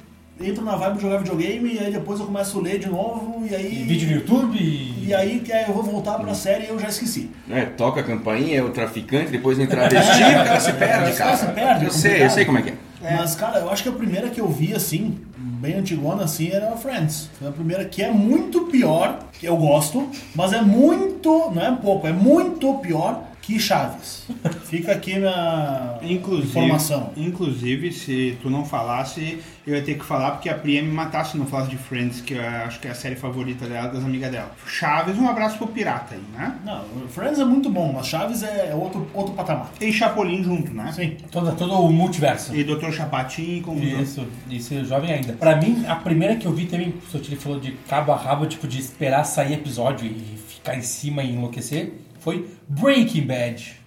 D: entro na vibe de jogar videogame, e aí depois eu começo a ler de novo, e aí.
B: Vídeo no YouTube e.
D: E aí que aí eu vou voltar pra série e eu já esqueci.
A: É, toca a campainha, o traficante, depois entra a travesti, o cara se perde,
B: Os
A: cara.
B: caras se perdem,
A: eu
B: é
A: sei, eu
B: complicado.
A: sei como é que é.
D: Mas, cara, eu acho que a primeira que eu vi, assim, bem antigona, assim, era Friends. Foi a primeira que é muito pior, que eu gosto, mas é muito, não é pouco, é muito pior que Chaves. Fica aqui minha
C: Inclusive,
D: informação.
C: inclusive, se tu não falasse, eu ia ter que falar porque a Pri ia me matar se não falasse de Friends, que eu acho que é a série favorita dela, das amigas dela. Chaves, um abraço pro pirata aí, né?
D: Não, Friends é muito bom, mas Chaves é outro, outro patamar.
C: E Chapolin junto, né?
D: Sim.
B: Todo, todo o multiverso.
C: E Dr. Chapatin e convidou.
B: Isso, isso é jovem ainda. Pra mim, a primeira que eu vi também, o Sotile falou de cabo a rabo, tipo, de esperar sair episódio e ficar em cima e enlouquecer, foi Breaking Bad.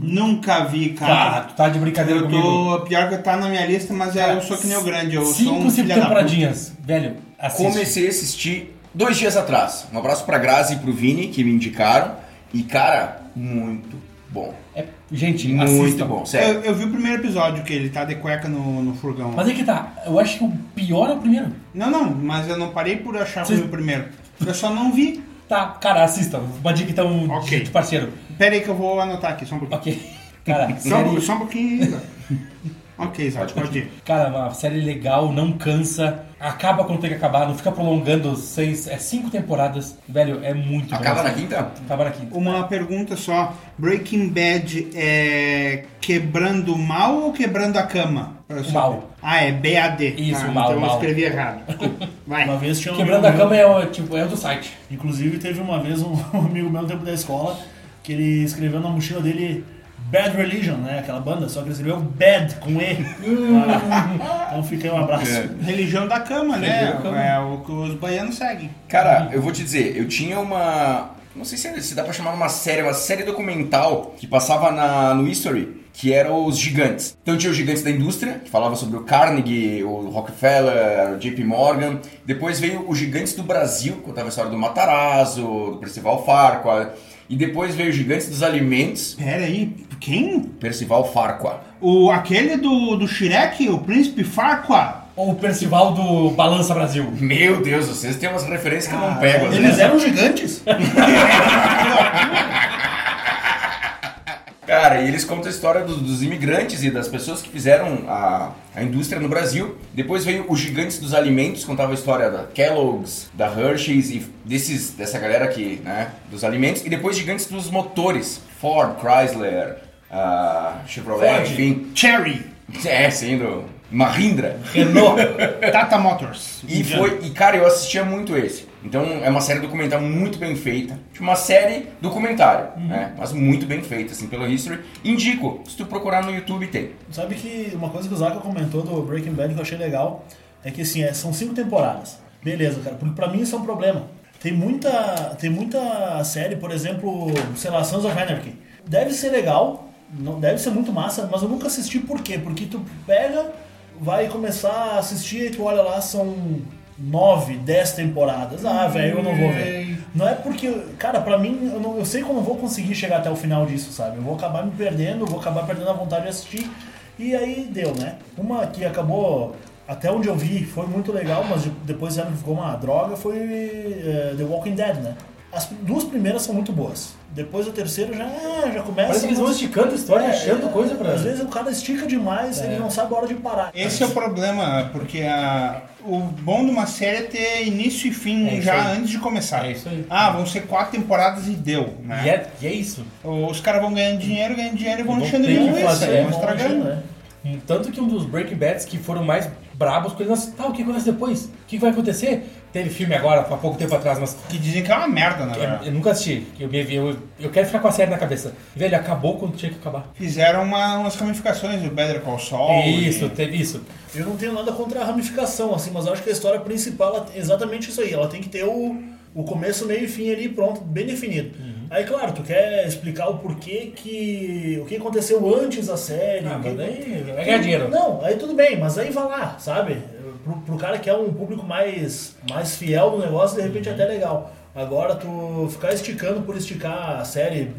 C: Nunca vi,
B: Cara,
C: cara.
B: tu tá de brincadeira
C: eu
B: comigo.
C: tô. Pior que tá na minha lista, mas eu sou que nem o grande. Eu sou
B: Cinco,
C: um
B: cinco
C: filho da puta.
B: temporadinhas. Velho, assiste.
A: Comecei a assistir dois dias atrás. Um abraço pra Grazi e pro Vini, que me indicaram. E, cara, muito bom.
B: É, gente,
A: Muito
B: assistam.
A: bom, sério.
C: Eu, eu vi o primeiro episódio que ele tá de cueca no, no furgão.
B: Mas é que tá, eu acho que o pior é o primeiro.
C: Não, não, mas eu não parei por achar
B: Sim.
C: ruim o primeiro. Eu só não vi.
B: Tá, cara, assista. Uma dica então
C: Ok.
B: de parceiro.
C: Pera aí que eu vou anotar aqui, só um pouquinho.
B: Ok. Cara,
C: Só, um-
B: série,
C: só um pouquinho. Isaac. ok, Isaac, pode ir.
B: cara, uma série legal, não cansa. Acaba quando tem que acabar, não fica prolongando seis, é cinco temporadas. Velho, é muito bom.
A: Acaba na quinta?
B: Acaba na quinta.
C: Uma pergunta só. Breaking Bad é quebrando o mal ou quebrando a cama? Pra eu saber.
B: Mal.
C: Ah, é BAD.
B: Isso,
C: Ah,
B: mal,
C: Então eu
B: mal.
C: escrevi errado. Desculpa.
D: Uma
C: Vai.
D: vez tinha um
B: Quebrando
D: amigo
B: a cama
D: meu-
B: é o, tipo, é o do site.
D: Inclusive, teve uma vez um um amigo meu no tempo da escola que ele escreveu na mochila dele Bad Religion, né? Aquela banda, só que ele escreveu Bad com E. então fica aí um abraço.
C: Religião da cama, né?
B: Religião da cama.
C: É o que os baianos seguem.
A: Cara, eu vou te dizer, eu tinha uma. Não sei se, é- se dá pra chamar uma série, uma série documental que passava na, no History, que era os gigantes. Então tinha os gigantes da indústria, que falava sobre o Carnegie, o Rockefeller, o JP Morgan. Depois veio os gigantes do Brasil, que contava a história do Matarazzo, do Percival Farquhar. E depois veio os gigantes dos alimentos,
C: Pera aí, quem?
A: Percival Farquhar.
C: O, aquele do, do Shrek, o príncipe Farqua.
B: Ou o Percival do Balança Brasil.
A: Meu Deus, vocês têm umas referências que eu não
D: é.
A: pego. né?
D: eram gigantes?
A: Cara, e eles contam a história dos, dos imigrantes e das pessoas que fizeram a, a indústria no Brasil. Depois veio os gigantes dos alimentos, contava a história da Kellogg's, da Hershey's e desses, dessa galera aqui, né? Dos alimentos. E depois gigantes dos motores. Ford, Chrysler, ah, Chevrolet,
B: Ford.
A: enfim.
C: Cherry.
A: É, sendo Mahindra.
B: Renault.
C: Tata Motors.
A: E foi, e cara, eu assistia muito esse. Então é uma série documental muito bem feita. Tipo uma série documentário, né? Mas muito bem feita, assim, pelo History. Indico, se tu procurar no YouTube tem.
D: Sabe que uma coisa que o Zaka comentou do Breaking Bad que eu achei legal é que assim, é, são cinco temporadas. Beleza, cara, porque pra mim isso é um problema. Tem muita, tem muita série, por exemplo, sei lá, Sons of Anarchy. Deve ser legal, não, deve ser muito massa, mas eu nunca assisti por quê? Porque tu pega, vai começar a assistir e tu olha lá, são nove, dez temporadas. Ah, velho, eu não vou ver. Não é porque, cara, pra mim, eu, não- eu sei que eu não vou conseguir chegar até o final disso, sabe? Eu vou acabar me perdendo, vou acabar perdendo a vontade de assistir. E aí deu, né? Uma que acabou, até onde eu vi, foi muito legal, mas de- depois ela ficou uma droga, foi eh, The Walking Dead, né? As duas primeiras são muito boas. Depois a terceira já, ah, já começa.
E: Parece que eles vão
D: mas-
E: esticando a história,
D: É,
E: achando coisa pra.
D: Às vezes o cara estica demais, ele não sabe a hora de parar.
C: Esse é o problema, porque a- o bom de uma série é ter início e fim
B: É isso
C: já
B: aí.
C: antes de começar.
B: É isso aí.
C: Ah, vão ser quatro temporadas e deu, né?
B: E é, e é isso.
C: Os caras vão ganhando dinheiro, ganhando dinheiro e vão
B: E vão
C: enchendo
B: ter
C: de
B: que
C: linguiça,
B: fazer,
C: e
B: vão
C: vão estragando.
D: né?
B: Um- Tanto que um dos Breaking Bats que foram mais brabos com eles, tá, o que acontece depois? O que vai acontecer? Teve filme agora, há pouco tempo atrás, mas
C: Que dizem que é uma merda, na
B: eu,
C: verdade.
B: eu nunca assisti. Eu, me- eu, eu quero ficar com a série na cabeça. Velho, acabou quando tinha que acabar.
C: Fizeram uma- umas ramificações do Better Call Saul.
B: isso,
C: e-
B: teve isso.
D: Eu não tenho nada contra a ramificação, assim, mas eu acho que a história principal ela- é exatamente isso aí. Ela tem que ter o, o começo, meio e fim ali, pronto, bem definido.
B: Uhum.
D: Aí, claro, tu quer explicar o porquê que. o que aconteceu antes da série.
B: Ah,
D: o que-
B: mas daí vai ganhar dinheiro.
D: Não, aí tudo bem, mas aí vai lá, sabe? Pro, pro cara que é um público mais, mais fiel do negócio, de repente é
B: Uhum.
D: até legal. Agora, tu ficar esticando por esticar a série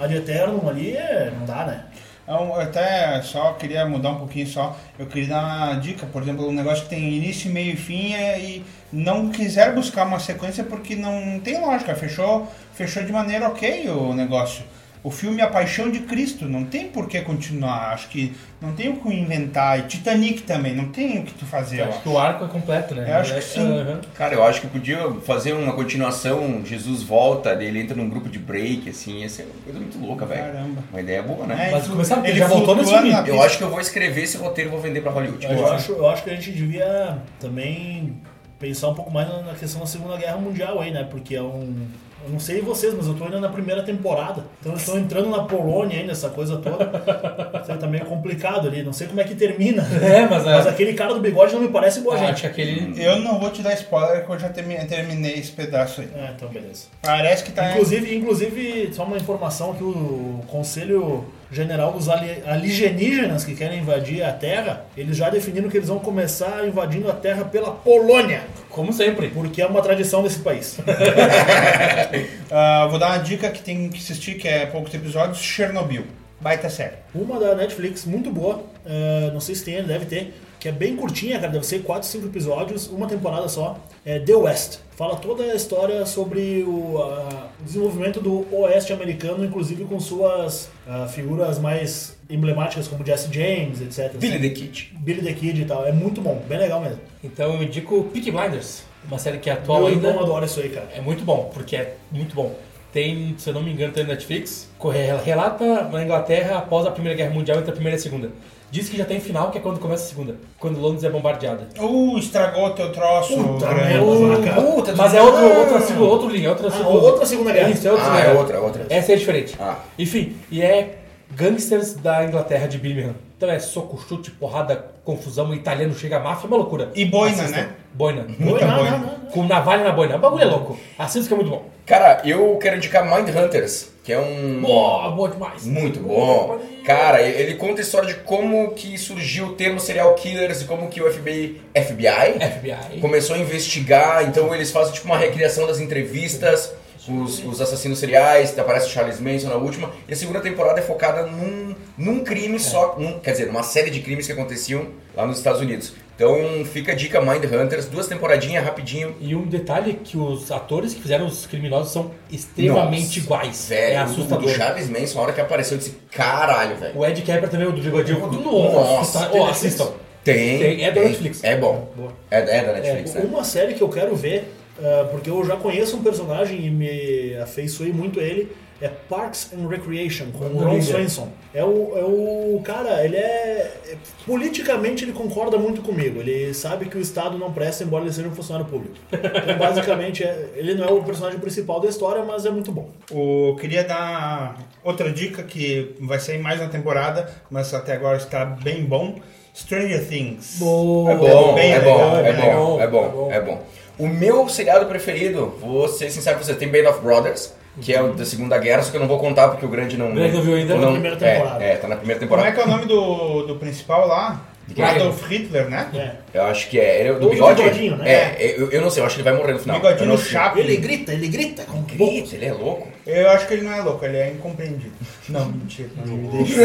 D: ad eternum ali, é, não dá, né?
C: Então, Eu até só queria mudar um pouquinho só. Eu queria dar uma dica, por exemplo, um negócio que tem início, meio e fim é- e não quiser buscar uma sequência porque não tem lógica. Fechou, fechou de maneira ok o negócio. O filme A Paixão de Cristo não tem por que continuar. Acho que não tem o que inventar. E Titanic também não tem o que tu fazer.
B: Eu
C: Eu
B: acho
C: acho.
B: que o arco é completo, né?
C: Eu acho que sim.
B: Aham.
A: Cara, eu acho que podia fazer uma continuação, Jesus volta, daí ele entra num grupo de break, assim, ia ser uma coisa muito louca, velho.
C: Caramba.
A: Uma ideia boa, né?
C: É, então,
B: Mas
C: isso-
B: começar porque
C: ele
B: já voltou no
C: flutuando
B: time.
C: na
A: Eu
C: pista.
A: acho que eu vou escrever esse roteiro e vou vender pra Hollywood.
D: Eu acho, eu acho que a gente devia também pensar um pouco mais na questão da Segunda Guerra Mundial aí, né? Porque é um. Eu não sei vocês, mas eu tô ainda na primeira temporada. Então eles estão entrando na Polônia ainda, essa coisa toda. Isso aí tá meio complicado ali. Não sei como é que termina.
B: É, mas é- Ah,
D: Mas aquele cara do bigode não me parece boa
B: Eu
D: gente.
B: acho que
C: É.
B: aquele.
C: Eu não vou te dar spoiler que eu já termi- terminei esse pedaço aí.
D: É, então beleza.
C: Parece que tá.
D: Inclusive, inclusive, só uma informação que o Conselho General dos ali- Alienígenas que querem invadir a Terra, eles já definiram que eles vão começar invadindo a Terra pela Polônia.
B: Como sempre.
D: Porque é uma tradição desse país.
C: Ah, vou dar uma dica que tem que assistir, que é poucos episódios, Chernobyl. Baita série.
D: Uma da Netflix, muito boa. eh, não sei é, se tem, deve ter. que é bem curtinha, cara, deve ser 4, 5 episódios, uma temporada só. É The West. Fala toda a história sobre o ah, desenvolvimento do oeste americano, inclusive com suas ah, figuras mais emblemáticas como Jesse James, etc.
A: Billy the Kid.
D: Billy the Kid e tal. É muito bom, bem legal mesmo.
B: Então eu indico Peaky Blinders, uma série que é atual
D: Meu
B: ainda.
D: irmão adora isso aí, cara.
B: É muito bom, porque é muito bom. Tem, se eu não me engano, tem na Netflix. Corre- Relata na Inglaterra após a Primeira Guerra Mundial entre a Primeira e a Segunda. Diz que já tem final, que é quando começa a Segunda. Quando Londres é bombardeada.
C: Uh, estragou teu troço.
D: Puta
C: Brian.
D: merda. Caraca.
B: Puta, mas é outro, outra, segu- outro linha, outra,
D: Ah,
B: segu-
D: outra Segunda Guerra.
B: Isso, é outra
A: Ah,
B: Segunda
A: é
B: Guerra.
A: outra, outra.
B: Essa é diferente.
A: Ah.
B: Enfim, e é gangsters da Inglaterra de Birmingham. Então é soco, chute, porrada, confusão, italiano chega à máfia, é uma loucura.
C: E boina,
B: Assistam.
C: né?
B: Boina.
C: Muita
D: Não, não,
C: boina.
D: não, não.
B: Com navalha na boina. O bagulho é louco. Assista que é muito bom.
A: Cara, eu quero indicar Mind Hunters, que é um.
B: Boa, boa Tá demais.
A: Muito bom. Cara, ele conta a história de como que surgiu o termo serial killers e como que o FBI, FBI
B: FBI.
A: começou a investigar. Então eles fazem tipo uma recriação das entrevistas, os, os assassinos seriais, aparece o Charles Manson na última. E a segunda temporada é focada num, num crime só, num- quer dizer, numa série de crimes que aconteciam lá nos Estados Unidos. Então fica a dica Mind Hunters, duas temporadinhas rapidinho.
B: E um detalhe é que os atores que fizeram os criminosos são extremamente
A: Nossa,
B: iguais.
A: Velho,
B: é
A: o do
B: assustador.
A: Charles Manson, a hora que apareceu, eu disse, caralho, velho.
B: O Ed Kepler também, o do bigodinho.
A: Nossa,
B: Nossa, oh, assistam.
A: Tem.
B: Tem, é da
A: tem.
B: Netflix.
A: É bom.
B: Boa.
A: É, é da Netflix, né?
D: Uma série que eu quero ver, eh, porque eu já conheço um personagem e me afeiçoei muito a ele, é Parks and Recreation, com o Ron
B: Maravilha.
D: Swanson. É o, é o cara, ele é, é- Politicamente ele concorda muito comigo. Ele sabe que o Estado não presta, embora ele seja um funcionário público. Então, basicamente, é- ele não é o personagem principal da história, mas é muito bom.
C: Eu queria dar outra dica que vai sair mais na temporada, mas até agora está bem bom. Stranger Things.
B: Boa.
A: É bom,
C: bem
A: é bom,
C: legal,
A: é
C: bem
A: bom,
B: legal.
A: é
B: É
A: bom,
B: bom.
A: é bom. O meu seriado preferido, vou ser sincero com você, tem Band of Brothers, que é o da Segunda Guerra, só que eu não vou contar porque o grande não.
B: Grande não viu ainda.
A: não-
B: Tá na
D: primeira temporada.
A: É, é, tá na primeira
C: Como
A: temporada.
C: é que é o nome do, do principal lá?
A: quem?
C: Adolf Hitler, né?
D: É.
A: Eu acho que é. Ele é do
D: Ou do
A: bigode?
D: bigodinho, né?
A: É, eu, eu não sei, eu acho que ele vai morrer no final. eu
C: Bigodinho
A: não sei.
C: Chaplin.
D: Ele grita, ele grita com
A: Grito, ele é louco.
C: Eu acho que ele não é louco, ele é incompreendido. Não, mentira. Não, me deixa.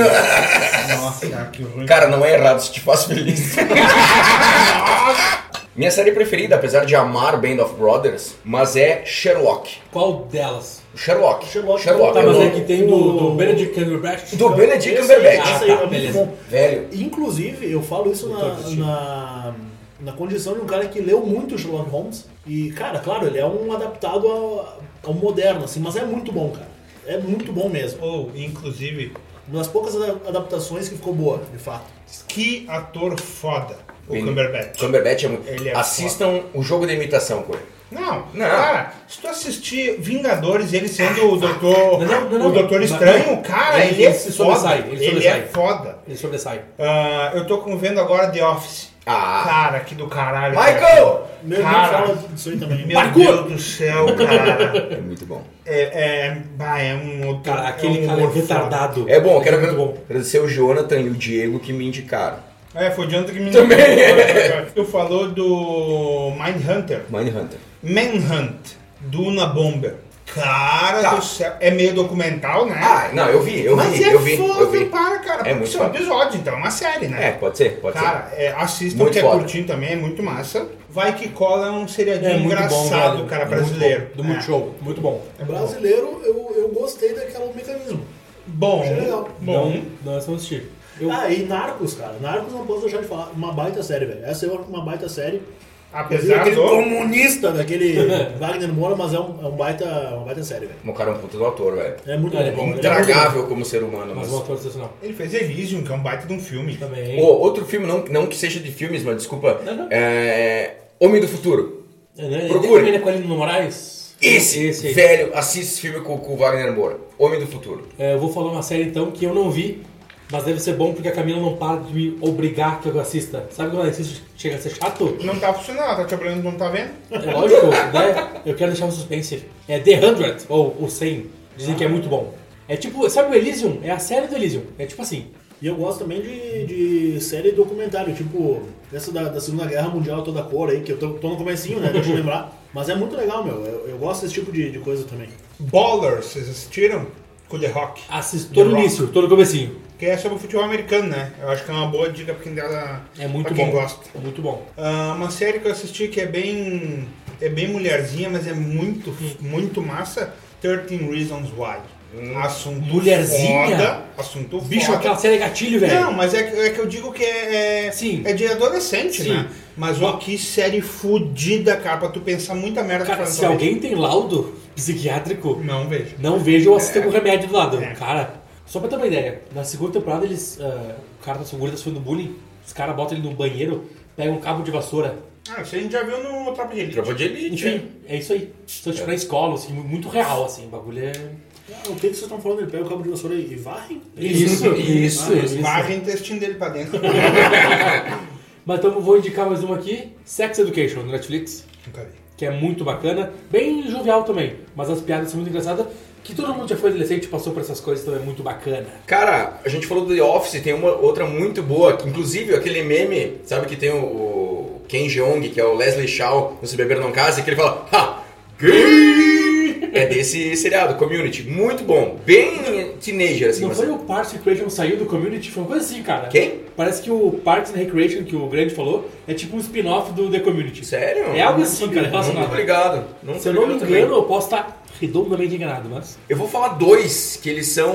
C: Nossa, que ruim.
A: Cara, não é errado se te faz feliz. Minha série preferida, apesar de amar Band of Brothers, mas é Sherlock.
B: Qual delas?
A: Sherlock.
D: Sherlock.
B: Tá,
A: é o
B: mas é
A: nome.
B: que tem do, do Benedict Cumberbatch.
A: Do Benedict
D: Esse aí-
A: Cumberbatch.
D: esse aí é
B: Ah, tá,
D: muito
B: beleza.
D: bom.
A: Velho,
D: Inclusive, eu falo isso na,
B: assistindo.
D: na, na condição de um cara que leu muito Sherlock Holmes. E, cara, claro, ele é um adaptado ao, ao moderno, assim, mas é muito bom, cara. É muito bom mesmo.
C: Ou, inclusive,
D: Uma das poucas ada- adaptações que ficou boa, de fato.
C: que ator foda o
A: Bem-
C: Cumberbatch.
A: Cumberbatch é muito.
C: Ele é
A: Assistam o jogo da imitação com ele.
C: Não,
A: Não.
C: cara, se tu assistir Vingadores, ele sendo o doutor,
B: Ah, Não, não, não,
C: o doutor
B: mas-
C: estranho, cara, ele,
B: ele
C: é
B: se
C: foda.
B: sobressai,
C: Ele,
B: ele sobressai.
C: é foda.
B: Ele sobressai.
C: Ah, eu tô com- vendo agora The Office.
A: Ah.
C: Cara, que do caralho.
A: Michael!
D: Meu irmão
C: Cara.
D: fala disso aí também.
C: Meu
B: Parkour!
C: Deus do céu, cara.
A: É muito bom.
C: É, é, bah, é um outro.
B: Cara, aquele
C: é um
B: cara é
C: humor foda.
B: retardado.
A: É bom, eu quero
B: Ele é muito bom.
A: agradecer o Jonathan e o Diego que me indicaram.
C: É, foi de ontem que me
A: Também.
C: Tu falou do Mindhunter.
A: Mindhunter.
C: Manhunt, Duna Bomber. Cara
A: Tá.
C: do céu. É meio documental, né?
A: Ah, não, eu vi, eu
C: Mas
A: vi,
C: é
A: eu vi.
C: foda
A: eu vi.
C: para, cara.
A: É
C: porque
A: muito
C: são
A: foda.
C: episódios, então é uma série, né?
A: É, pode ser, pode
C: Cara, é, assistam
A: Muito
C: que é
A: foda.
C: curtinho também, é muito massa. Vai que cola é um seriadinho
B: É muito bom,
C: engraçado,
B: velho.
C: cara,
B: Muito
C: brasileiro.
B: bom. Do Multishow. Muito bom.
D: É brasileiro, eu, eu gostei daquele mecanismo.
C: Bom,
D: Achei legal.
C: bom.
B: Não, não é só assistir. Eu,
D: Ah, e Narcos, cara. Narcos não posso deixar de falar. Uma baita série, velho. Essa é uma baita série. Inclusive,
C: Apesar
D: aquele
C: do...
D: comunista daquele Wagner Moura, mas é um, é um baita, uma baita série, velho.
A: ser. O cara é um puto do ator, velho.
D: É muito
B: É, ele é
D: bom.
B: bom.
D: ele é muito bom.
A: Intragável como ser humano, mas.
B: mas um ator sensacional.
C: Ele fez Elysium, que é um baita de um filme.
B: Também.
A: Ô, outro filme, não, não que seja de filmes, mas desculpa.
B: Não, não.
A: É. Homem do Futuro.
B: É, né?
A: Procure.
B: Ele é com ele no Moraes?
A: Esse,
B: aí.
A: velho, assiste esse filme com, com o Wagner Moura. Homem do Futuro.
B: É, eu vou falar uma série então que eu não vi, mas deve ser bom porque a Camila não para de me obrigar que eu assista. Sabe quando ela insiste, chega a ser chato?
C: Não tá funcionando, tá te olhando, não tá vendo?
B: É lógico, né? Eu quero deixar um suspense. É The 100, ou o 100. Dizem que é muito bom. É tipo, sabe o Elysium? É a série do Elysium. É tipo assim.
D: E eu gosto também de, de série documentário, tipo essa da, da Segunda Guerra Mundial toda cor aí, que eu tô, tô no comecinho, né? Deixa eu lembrar. Mas é muito legal, meu. Eu, eu gosto desse tipo de, de coisa também.
C: Ballers, vocês assistiram? Com The Rock.
B: Assisto todo o
C: The
B: início, todo o comecinho.
C: que é sobre o futebol americano, né? Eu acho que é uma boa dica pra quem, dela,
B: É muito
C: pra quem
B: bom.
C: gosta.
B: Muito bom.
C: Ah, uma série que eu assisti que é bem. é bem mulherzinha, mas é muito, muito massa, 13 Reasons Why. Assunto
B: Mulherzinha?
C: foda. Assunto
B: Bicho,
C: foda.
B: aquela série é gatilho, velho.
C: Não, mas é, que- é que eu digo que é, é,
B: Sim.
C: é de adolescente,
B: Sim.
C: né? Mas ó, que série fudida, cara, pra tu pensar muita merda
B: Cara,
C: pra
B: se
C: tua
B: alguém tem laudo psiquiátrico,
C: vida. Não vejo.
B: Não vejo ou assista com o remédio do lado.
C: É.
B: Cara, só pra ter uma ideia, na segunda temporada eles. ah, o cara da segurança foi no bullying, os caras botam ele no banheiro, pegam um cabo de vassoura.
C: Ah, isso a gente já viu no Tropa de Elite.
A: Tropa de elite.
B: Enfim, é isso aí. Só tipo na escola, assim, muito real, assim, o bagulho é.
D: Ah, o que que vocês estão falando? Ele pega o cabo de vassoura e e varre?
A: Isso, isso,
B: isso.
C: Varre o intestino dele pra dentro.
B: Mas então eu vou indicar mais uma aqui: Sex Education, no Netflix,
C: Nunca vi.
B: que é muito bacana, bem jovial também, mas as piadas são muito engraçadas. Que todo mundo já foi adolescente e passou por essas coisas, então é muito bacana.
A: Cara, a gente falou do The Office, tem uma outra muito boa, que, inclusive aquele meme, sabe que tem o, o Ken Jeong, que é o Leslie Shaw no Se Beber Não Case, que ele fala, ha, gay! É desse seriado, Community, muito bom, bem teenager, assim.
B: Não
A: mas-
B: foi o Parks and Recreation saiu do community? Foi uma coisa assim, cara.
A: Quem?
B: Parece que o Parks and Recreation, que o Grande falou, é tipo um spin-off do The Community.
A: Sério?
B: É algo assim,
A: Não
B: cara,
A: tô
B: relacionado.
A: ligado. Não tô
B: Se eu não me
A: ligado
B: engano,
A: também.
B: eu posso estar redondamente enganado, mas...
A: Eu vou falar dois que eles são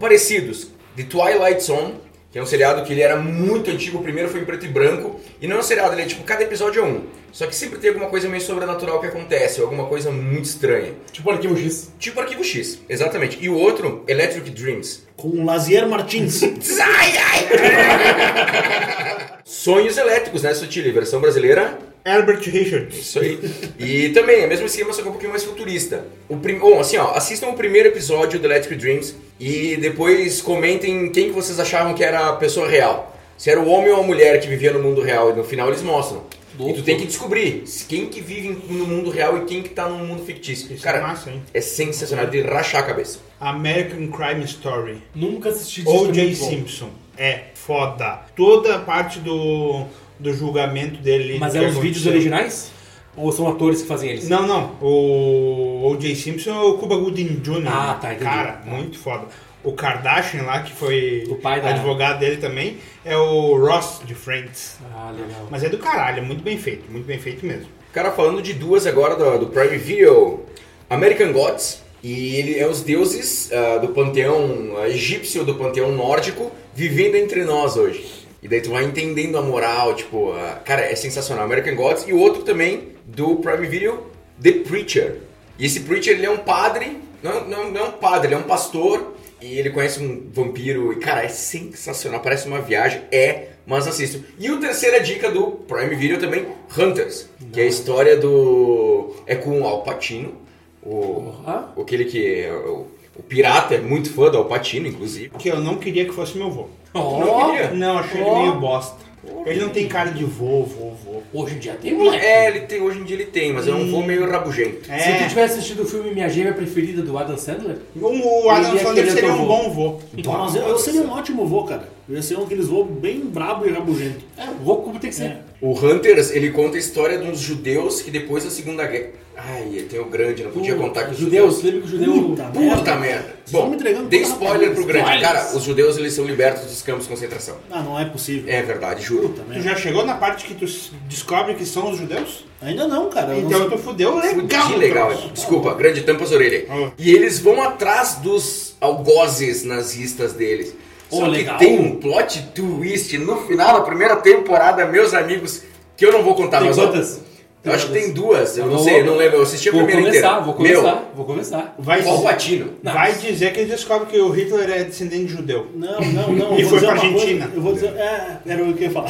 A: parecidos. The Twilight Zone, que é um seriado que ele era muito antigo, o primeiro foi em preto e branco, e não é um seriado, ele é tipo, cada episódio é um. Só que sempre tem alguma coisa meio sobrenatural que acontece, ou alguma coisa muito estranha.
B: Tipo o Arquivo X.
A: Tipo Arquivo X, exatamente. E o outro, Electric Dreams.
D: Com o Lazier Martins.
A: Ai, ai. Sonhos Elétricos, né, Sotile? Versão brasileira,
C: Herbert Richards.
A: isso aí. E também, é o mesmo esquema, só que é um pouquinho mais futurista. O prim... Bom, assim, ó, assistam o primeiro episódio do Electric Dreams e depois comentem quem que vocês achavam que era a pessoa real. Se era o homem ou a mulher que vivia no mundo real. E no final eles mostram. E
B: Louco.
A: tu tem que descobrir quem que vive no mundo real e quem que tá no mundo fictício.
C: Isso é
A: Cara,
C: massa, hein?
A: é sensacional de rachar a cabeça.
C: American Crime Story.
B: Nunca assisti disso, é
C: O.J.
B: muito bom.
C: Simpson. É foda. Toda a parte do, do julgamento dele.
B: Mas
C: do
B: é
A: um
C: que
B: os vídeos
C: aconteceu.
B: originais? Ou são atores que fazem eles?
C: Não, não. O O.J. Simpson é o Cuba Gooding Jr.
B: Ah, tá, entendi.
C: Cara, muito foda. O Kardashian lá, que foi
B: O pai da-
C: advogado dele também, é o Ross de Friends.
B: Ah, legal.
C: Mas é do caralho, é muito bem feito, muito bem feito mesmo.
A: Cara, falando de duas agora do, do Prime Video, American Gods, e ele é os deuses ah, do panteão ah, egípcio, do panteão nórdico, vivendo entre nós hoje. E daí tu vai entendendo a moral, tipo, ah, cara, é sensacional. American Gods e o outro também do Prime Video, The Preacher. E esse Preacher, ele é um padre, não, não, não é um padre, ele é um pastor, e ele conhece um vampiro, e cara, é sensacional, parece uma viagem, é, mas assisto. E o terceira dica do Prime Video também, Hunters, que é a história do... é com o Al Pacino, o,
B: Porra.
A: o aquele que é o, o pirata, é muito fã do Al Pacino, inclusive.
C: Que eu não queria que fosse meu vô.
A: Não
B: Ó,
A: queria.
C: Não, achei ele
B: Ó.
C: meio bosta. Ele não tem cara de vô, vô, vô.
B: hoje em dia tem moleque.
A: É, ele tem, hoje em dia ele tem, mas é um voo meio rabugento.
B: Se
C: É,
B: tu tivesse assistido o filme Minha Gêmea Preferida, do Adam Sandler...
C: o
B: Ele
C: Adam
B: ia
C: Sandler
B: querer
C: seria
B: teu vô.
C: um bom vô.
D: Mas eu, eu seria um ótimo vô, cara. Eu ia ser um daqueles vô bem brabo e rabugento.
B: É, o Goku tem que ser.
D: É.
A: O Hunters, ele conta a história de uns judeus que depois da Segunda Guerra... Ai, tem o grande, não podia contar que os
B: judeus, lembra que o judeu...
D: Puta
A: Puta merda.
D: Vocês estão
A: Bom,
D: me entregando
A: dei
D: toda a
A: spoiler
D: rapidez.
A: pro grande.
B: Spoilers.
A: Cara, os judeus eles são libertos dos campos de concentração.
D: Ah, não é possível.
A: É verdade, juro.
D: Puta
C: Tu
D: merda.
C: já chegou na parte que tu s- descobre que são os judeus?
D: Ainda não, cara. Eu não
C: Então
D: sei-
C: tu fudeu legal.
A: Que legal.
C: troço.
A: Desculpa, grande tampa as orelhas.
C: Ah.
A: E eles vão atrás dos algozes nazistas deles.
B: Oh,
A: Só que
B: legal.
A: tem um plot twist no final da primeira temporada, meus amigos, que eu não vou contar.
B: Tem
A: mas
B: quantas?
A: Eu acho que tem
B: quantas?
A: duas, eu não
B: Vou-
A: sei, eu não lembro. Eu assisti a
B: vou
A: primeira
B: começar,
A: inteira.
B: Vou começar, vou começar.
C: Vai,
A: Meu, qual
C: dizer-
A: latino?
C: vai dizer que ele descobre que o Hitler é descendente de judeu.
D: Não, não, não. eu
C: E
D: vou
C: foi
D: dizer
C: pra
D: uma coisa,
C: Argentina. É
D: eu vou dizer. É, era o que eu ia falar.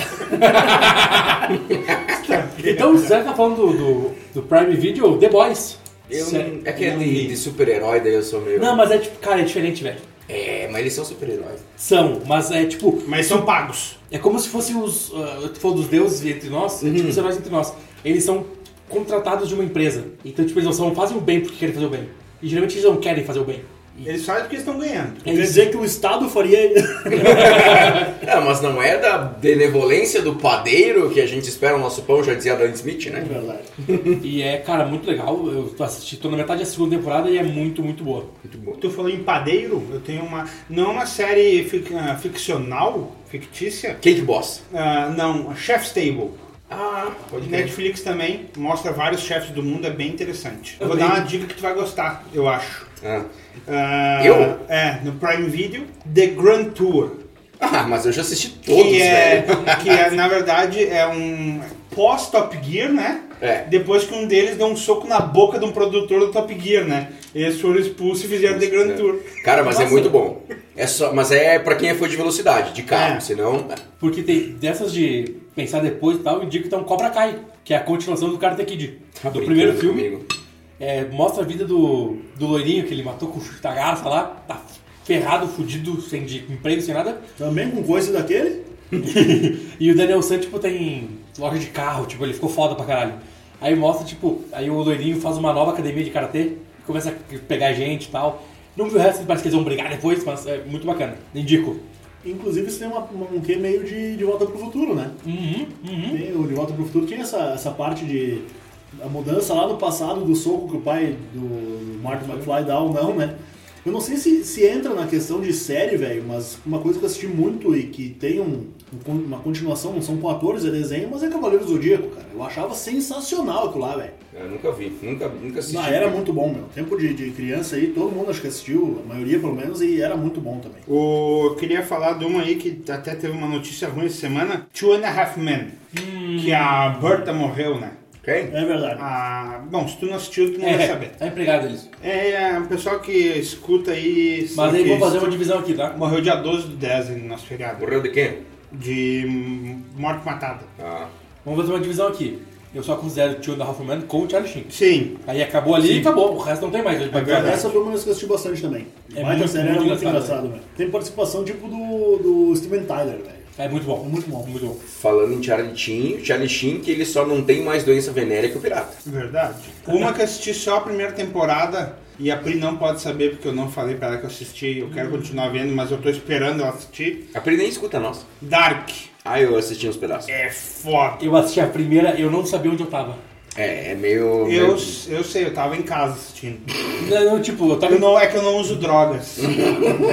B: Então, já que tá falando do, do, do Prime Video, The Boys.
A: Eu,
B: Sério,
A: é que é
B: não
A: de,
B: vi.
A: de super-herói, daí eu sou meio.
B: Não, mas é tipo, cara, é diferente, velho.
A: É, mas eles são super-heróis.
B: São, mas é tipo,
C: Mas são pagos.
B: é como se fossem os. Uh, tu falou dos deuses entre nós, é
A: Uhum.
B: tipo os heróis entre nós. Eles são contratados de uma empresa. Então, tipo, eles não são, fazem o bem porque querem fazer o bem. E geralmente eles não querem fazer o bem.
C: Eles fazem porque eles estão ganhando.
D: Quer dizer que o Estado faria.
A: É, mas não é da benevolência do padeiro que a gente espera o nosso pão, já dizia Dan Smith,
D: É
A: né?
D: verdade.
B: E é, cara, muito legal. Eu assisti, tô na metade da segunda temporada e é muito, muito boa.
A: Muito bom.
C: Tu falou em padeiro, eu tenho uma. Não é uma série fic- ah, ficcional, fictícia.
A: Cake Boss.
C: Ah, não, Chef's Table.
A: Ah, pode crer.
C: Netflix também mostra vários chefes do mundo, é bem interessante. Eu
B: Eu
C: vou dar
B: vi.
C: uma dica que tu vai gostar, eu acho.
A: Ah.
C: Ah,
A: Eu?
C: É, no Prime Video, The Grand Tour.
A: Ah, mas eu já assisti todos,
C: que é,
A: velho.
C: que é, na verdade, é um pós-Top Gear, né?
A: É.
C: Depois que um deles deu um soco na boca de um produtor do Top Gear, né? Eles foram expulsos e fizeram The Grand Tour.
A: Cara, mas é
B: Nossa.
A: muito bom. É só, mas é pra quem é fã de velocidade, de carro,
C: É.
A: senão. ah,
B: Porque tem dessas de pensar depois e tal, eu indico então Cobra Kai, que é a continuação do Karate Kid.
A: Tá brincando
B: do É primeiro filme.
A: comigo.
B: É, mostra a vida do, do loirinho que ele matou com o garça lá, tá ferrado, fudido, sem de emprego, sem nada.
D: Também com coisa daquele?
B: e o Daniel San, tipo, tem loja de carro, tipo, ele ficou foda pra caralho. Aí mostra, tipo, aí o loirinho faz uma nova academia de karatê, começa a pegar gente e tal. Não vi o resto, parece que eles vão brigar depois, mas é muito bacana. Indico.
D: Inclusive, isso tem uma, uma- um quê meio de, de volta pro futuro, né?
B: Uhum, uhum.
D: Tem, o De Volta pro Futuro tinha essa, essa parte de. A mudança lá do passado do soco que o pai do Martin McFly dá ou não, né? Eu não sei se, se entra na questão de série, velho, mas uma coisa que eu assisti muito e que tem um, um con- uma continuação, não são com atores, é desenho, mas é Cavaleiro do Zodíaco, cara. Eu achava sensacional aquilo lá, velho.
A: Eu nunca vi, nunca, nunca assisti.
D: Ah, era muito bom, meu. Tempo de, de criança aí, todo mundo acho que assistiu, a maioria pelo menos, e era muito bom também.
C: O, eu queria falar de uma aí que até teve uma notícia ruim essa semana. Two and a Half Men.
B: Hum.
C: Que a Berta morreu, né?
A: Quem?
D: É verdade.
C: Ah, bom, se tu não assistiu, tu não vai saber.
B: É, tá empregado eles.
C: É, o pessoal que escuta aí...
B: Mas
C: que
B: aí vou fazer uma divisão aqui, tá?
C: Morreu dia 12 do 10 no nosso feriado.
A: Morreu de quem?
C: De hum, morte matada.
A: Ah.
B: Vamos fazer uma divisão aqui. Eu só considero o tio da Hoffman com o Charlie Sheen.
C: Sim,
B: Aí acabou ali e acabou. O resto não tem mais. É
C: verdade.
D: Essa foi uma das que eu assisti bastante também.
B: É
D: Baita
B: muito,
D: série, era
B: muito
D: muito
B: engraçado,
D: engraçado, velho. Tem participação tipo do, do Steven Tyler, velho.
B: É muito bom.
D: É muito bom.
B: Muito bom.
A: Falando em Charlie Sheen, Charlie Sheen que ele só não tem mais doença venérea que o pirata.
C: verdade. Uma que eu assisti só a primeira temporada e a Pri não pode saber porque eu não falei pra ela que eu assisti. Eu
A: Hum.
C: quero continuar vendo, mas eu tô esperando ela assistir.
A: A Pri nem escuta, nossa.
C: Dark.
A: Ah, eu assisti uns pedaços.
C: É foda.
B: Eu assisti a primeira, eu não sabia onde eu tava.
A: É, é meio.
C: Eu,
A: meio-
C: eu sei, eu tava em casa assistindo.
B: Não, não, tipo, eu tava.
C: Eu não, é que eu não uso drogas.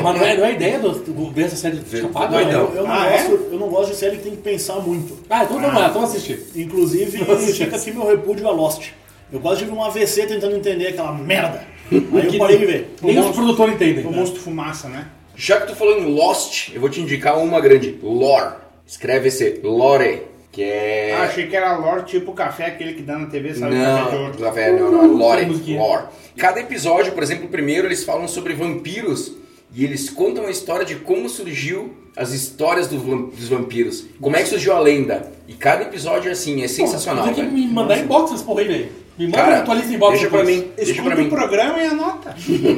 B: Mas não é, não é ideia do, do, dessa série do Chapado?
A: Doidão.
D: Eu, eu não
C: Ah, é?
D: gosto, eu não gosto de série que tem que pensar muito.
B: Ah, então vamos lá, então assistir.
D: Inclusive,
B: Nossa,
D: fica
B: gente.
D: aqui meu repúdio a Lost. Eu quase tive um AVC tentando entender aquela merda. Aí eu parei de ver.
B: Nem
D: Eu
B: os produtores entendem.
C: O monstro fumaça, né?
A: Já que tu falou em Lost, eu vou te indicar uma grande. Lore. Escreve esse Lore. Que é.
C: Ah, achei que era lore tipo o café, aquele que dá na TV, sabe? O café de
A: Não,
C: ouro.
A: da velha, não, não, lore,
B: Tem musiquinha.
A: lore. Cada episódio, por exemplo, o primeiro eles falam sobre vampiros e eles contam a história de como surgiu as histórias do vam- dos vampiros, como é que surgiu a lenda. E cada episódio é assim, é sensacional.
B: Tem que
A: velho.
B: me mandar inbox essa porra aí, velho. Me manda
A: Cara,
B: atualiza inbox
A: deixa pra
B: depois.
A: mim, deixa pra
C: Escuta o
A: mim.
C: programa e anota.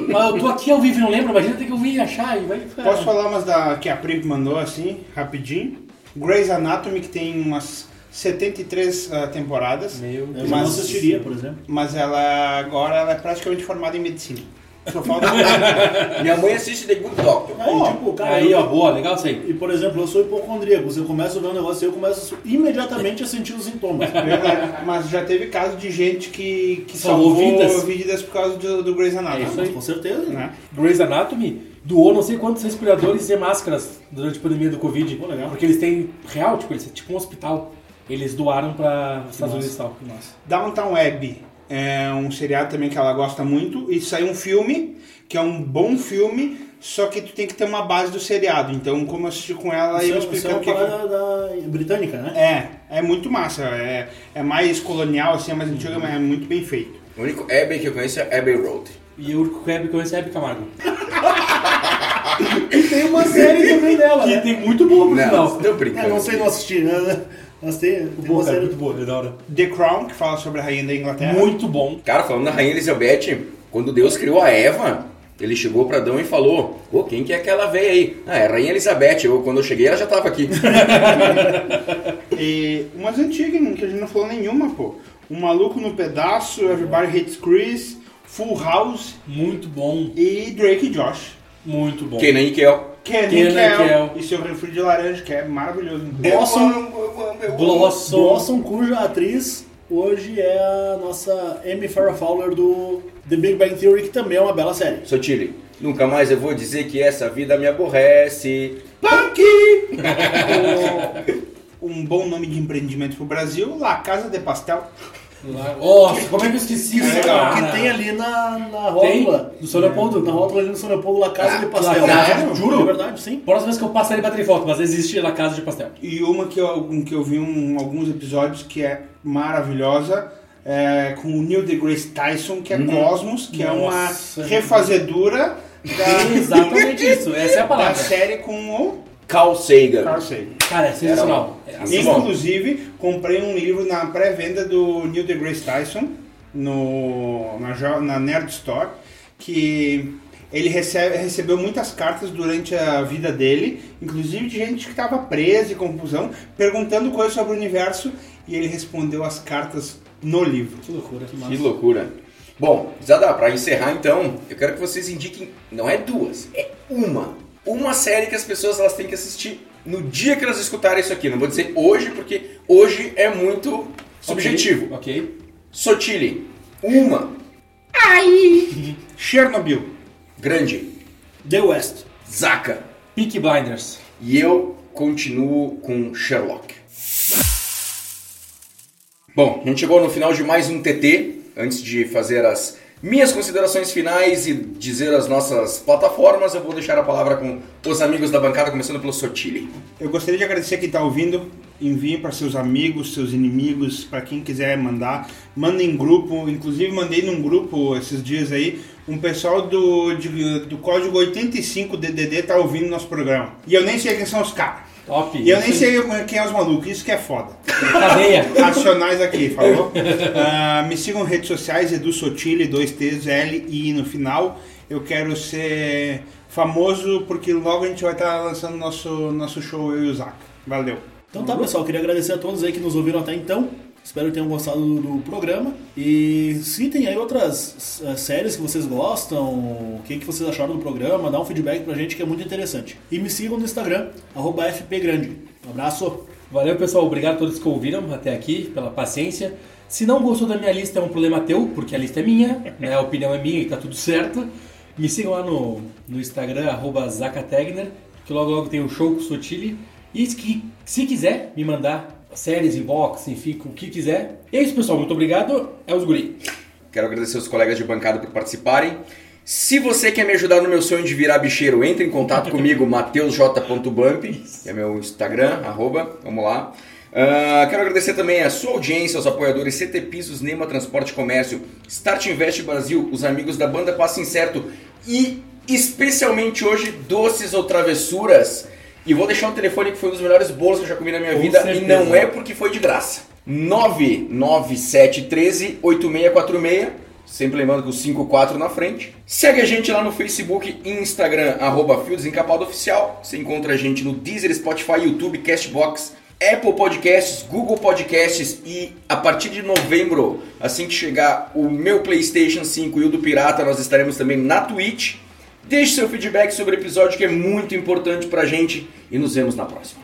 B: Mas eu tô aqui ao vivo e não lembro, imagina ter que eu vim achar e vai.
C: Posso falar umas da, que a Pri mandou assim, rapidinho? Grey's Anatomy, que tem umas 73 ah, temporadas.
B: Meu
D: já
B: Deus.
D: não
C: Mas-
D: assistiria, por exemplo.
C: Mas ela agora ela é praticamente formada em medicina. Só falta.
A: Minha mãe assiste The Good Doctor.
D: Aí,
C: Pô,
D: tipo, cara,
B: Aí,
D: eu-
B: ó, boa, legal isso aí.
D: E, por exemplo, eu sou hipocondríaco. Você começa a ver um negócio e eu começo imediatamente a sentir os sintomas.
C: é Verdade. Mas já teve caso de gente que, que
B: Salvou
C: salvou
B: vidas.
C: vidas. por causa do, do Grey's Anatomy.
B: É isso aí.
D: Mas, com certeza, né?
C: né?
B: Grey's Anatomy doou não sei quantos respiradores e máscaras durante a pandemia do Covid.
D: Pô, legal.
B: Porque eles têm real, tipo, eles têm tipo um hospital. Eles doaram pra Estados Unidos e tal.
D: Nossa.
C: Downtown Web é um seriado também que ela gosta muito e saiu um filme que é um bom filme, só que tu tem que ter uma base do seriado. Então, como eu assisti com ela,
D: Isso,
C: eu
D: é- isso é
C: explicando o
D: uma
C: que que
D: parada da- britânica, né?
C: é, é muito massa, é, é mais colonial assim, é mais antiga, mas é muito bem feito.
A: O único Abbey que eu conheço é Abbey Road.
B: E o Web que eu recebo, Camargo.
D: Tem uma série também dela,
B: E
D: né?
B: tem muito boa por
A: Não,
B: final.
A: não brincando.
D: É, não sei não assistir, né? Mas tem, tem uma série
B: muito boa, é da hora.
C: The Crown, que fala sobre a rainha da
D: É.
C: Inglaterra.
B: Muito bom.
A: Cara, falando da Rainha Elizabeth, quando Deus criou a Eva, ele chegou pra Adão e falou: Ô, quem que é aquela veia aí? Ah, é a Rainha Elizabeth. Eu, quando eu cheguei, ela já tava aqui.
C: E umas antigas, que a gente não falou nenhuma, pô. O Maluco no Pedaço, Everybody Hates Chris, Full House
B: Muito bom.
C: e Drake e Josh.
B: Muito bom.
A: Kenan e Kel.
C: Kenny
B: Kenan
C: Kel
B: Kell.
C: e seu refri de laranja, que é maravilhoso. inclusive.
D: Blossom,
B: Blossom.
D: Blossom, cuja atriz hoje é a nossa Amy Farrah Fowler do The Big Bang Theory, que também é uma bela série.
A: Sou Tilly. Nunca mais eu vou dizer que essa vida me aborrece. Punk!
C: Um bom nome de empreendimento pro Brasil, La Casa de Pastel.
B: Nossa, como é que eu esqueci
C: Que
B: isso,
C: legal.
B: cara?
D: Que tem ali na, na
B: Tem?
D: rótula.
B: Do Ah, São Leopoldo?
D: Na rótula ali no São Leopoldo, La Casa de
B: La
D: Pastel.
B: Casa,
C: juro?
D: É verdade, sim.
B: Próxima vez que eu passar ele bater foto, mas existe lá Casa de Pastel.
C: E uma que eu, um que eu vi em alguns episódios que é maravilhosa, é, com o Neil deGrasse Tyson, que é Cosmos, que
B: Uhum. Nossa.
C: é uma refazedura
B: É
C: da,
B: exatamente isso, essa é a
C: da
D: Tá
B: palavra.
C: série com o
A: Carl Sagan.
C: Carl Sagan.
B: Cara, é sensacional. É assim, bom.
C: Inclusive, comprei um livro na pré-venda do Neil deGrasse Tyson, no, na, jo- na Nerd Store, que ele recebe, recebeu muitas cartas durante a vida dele, inclusive de gente que estava presa e confusão, perguntando coisas sobre o universo, e ele respondeu as cartas no livro.
B: Que loucura, que
A: Que
B: massa.
A: loucura. Bom, Zada, pra encerrar então, eu quero que vocês indiquem, não é duas, é uma. Uma série que as pessoas elas têm que assistir no dia que elas escutarem isso aqui. Não vou dizer hoje, porque hoje é muito subjetivo.
B: Ok. ok.
A: Sotile, uma
C: Chernobyl.
A: grande,
D: The West.
A: Zaca.
B: Peaky Blinders.
A: E eu continuo com Sherlock. Bom, a gente chegou no final de mais um TT. Antes de fazer as minhas considerações finais e dizer as nossas plataformas, eu vou deixar a palavra com os amigos da bancada, começando pelo Sotile.
C: Eu gostaria de agradecer quem está ouvindo. Enviem para seus amigos, seus inimigos, para quem quiser mandar. Mandem em grupo. Inclusive, mandei num grupo esses dias aí. Um pessoal do, de- do código 85DDD tá ouvindo nosso programa. E eu nem sei quem são os caras.
B: Top.
C: E eu nem
B: Isso
C: sei quem é os malucos. Isso que é foda.
B: aí. Cadeia.
C: Racionais aqui, falou? Ah, me sigam em redes sociais, Edu Sotile, 2Ts, L e I no final. Eu quero ser famoso porque logo a gente vai estar lançando nosso, nosso show, eu e o Zaca. Valeu.
D: Então tá, pessoal, queria agradecer a todos aí que nos ouviram até então. Espero que tenham gostado do, do programa. E citem aí outras eh, séries que vocês gostam, o que, que vocês acharam do programa, dá um feedback pra gente que é muito interessante. E me sigam no Instagram, arroba FPGrande. Um abraço!
B: Valeu, pessoal. Obrigado a todos que ouviram até aqui, pela paciência. Se não gostou da minha lista, é um problema teu, porque a lista é minha, né? a opinião é minha e tá tudo certo. Me sigam lá no, no Instagram, arroba Zacategner, que logo logo tem o show com o Sotile. E se, se quiser me mandar séries, inbox, enfim, o que quiser. E é isso, pessoal. Muito obrigado. É os guri.
A: Quero agradecer aos colegas de bancada por participarem. Se você quer me ajudar no meu sonho de virar bicheiro, entre em contato comigo, mateusj.bump, que é meu Instagram, arroba, vamos lá. Ah, quero agradecer também a sua audiência, aos apoiadores CT Pisos, Nema Transporte e Comércio, Start Invest Brasil, os amigos da banda Passo Incerto e, especialmente hoje, Doces ou Travessuras. E vou deixar um telefone que foi um dos melhores bolos que eu já comi na minha
B: Com
A: vida e
B: certeza.
A: não é porque foi de graça. 99713-8646, sempre lembrando que o 54 na frente. Segue a gente lá no Facebook e Instagram, arroba Fio Desencapado Oficial. Você encontra a gente no Deezer, Spotify, YouTube, Castbox, Apple Podcasts, Google Podcasts e a partir de novembro, assim que chegar o meu PlayStation 5 e o do Pirata, nós estaremos também na Twitch. Deixe seu feedback sobre o episódio que é muito importante pra gente e nos vemos na próxima.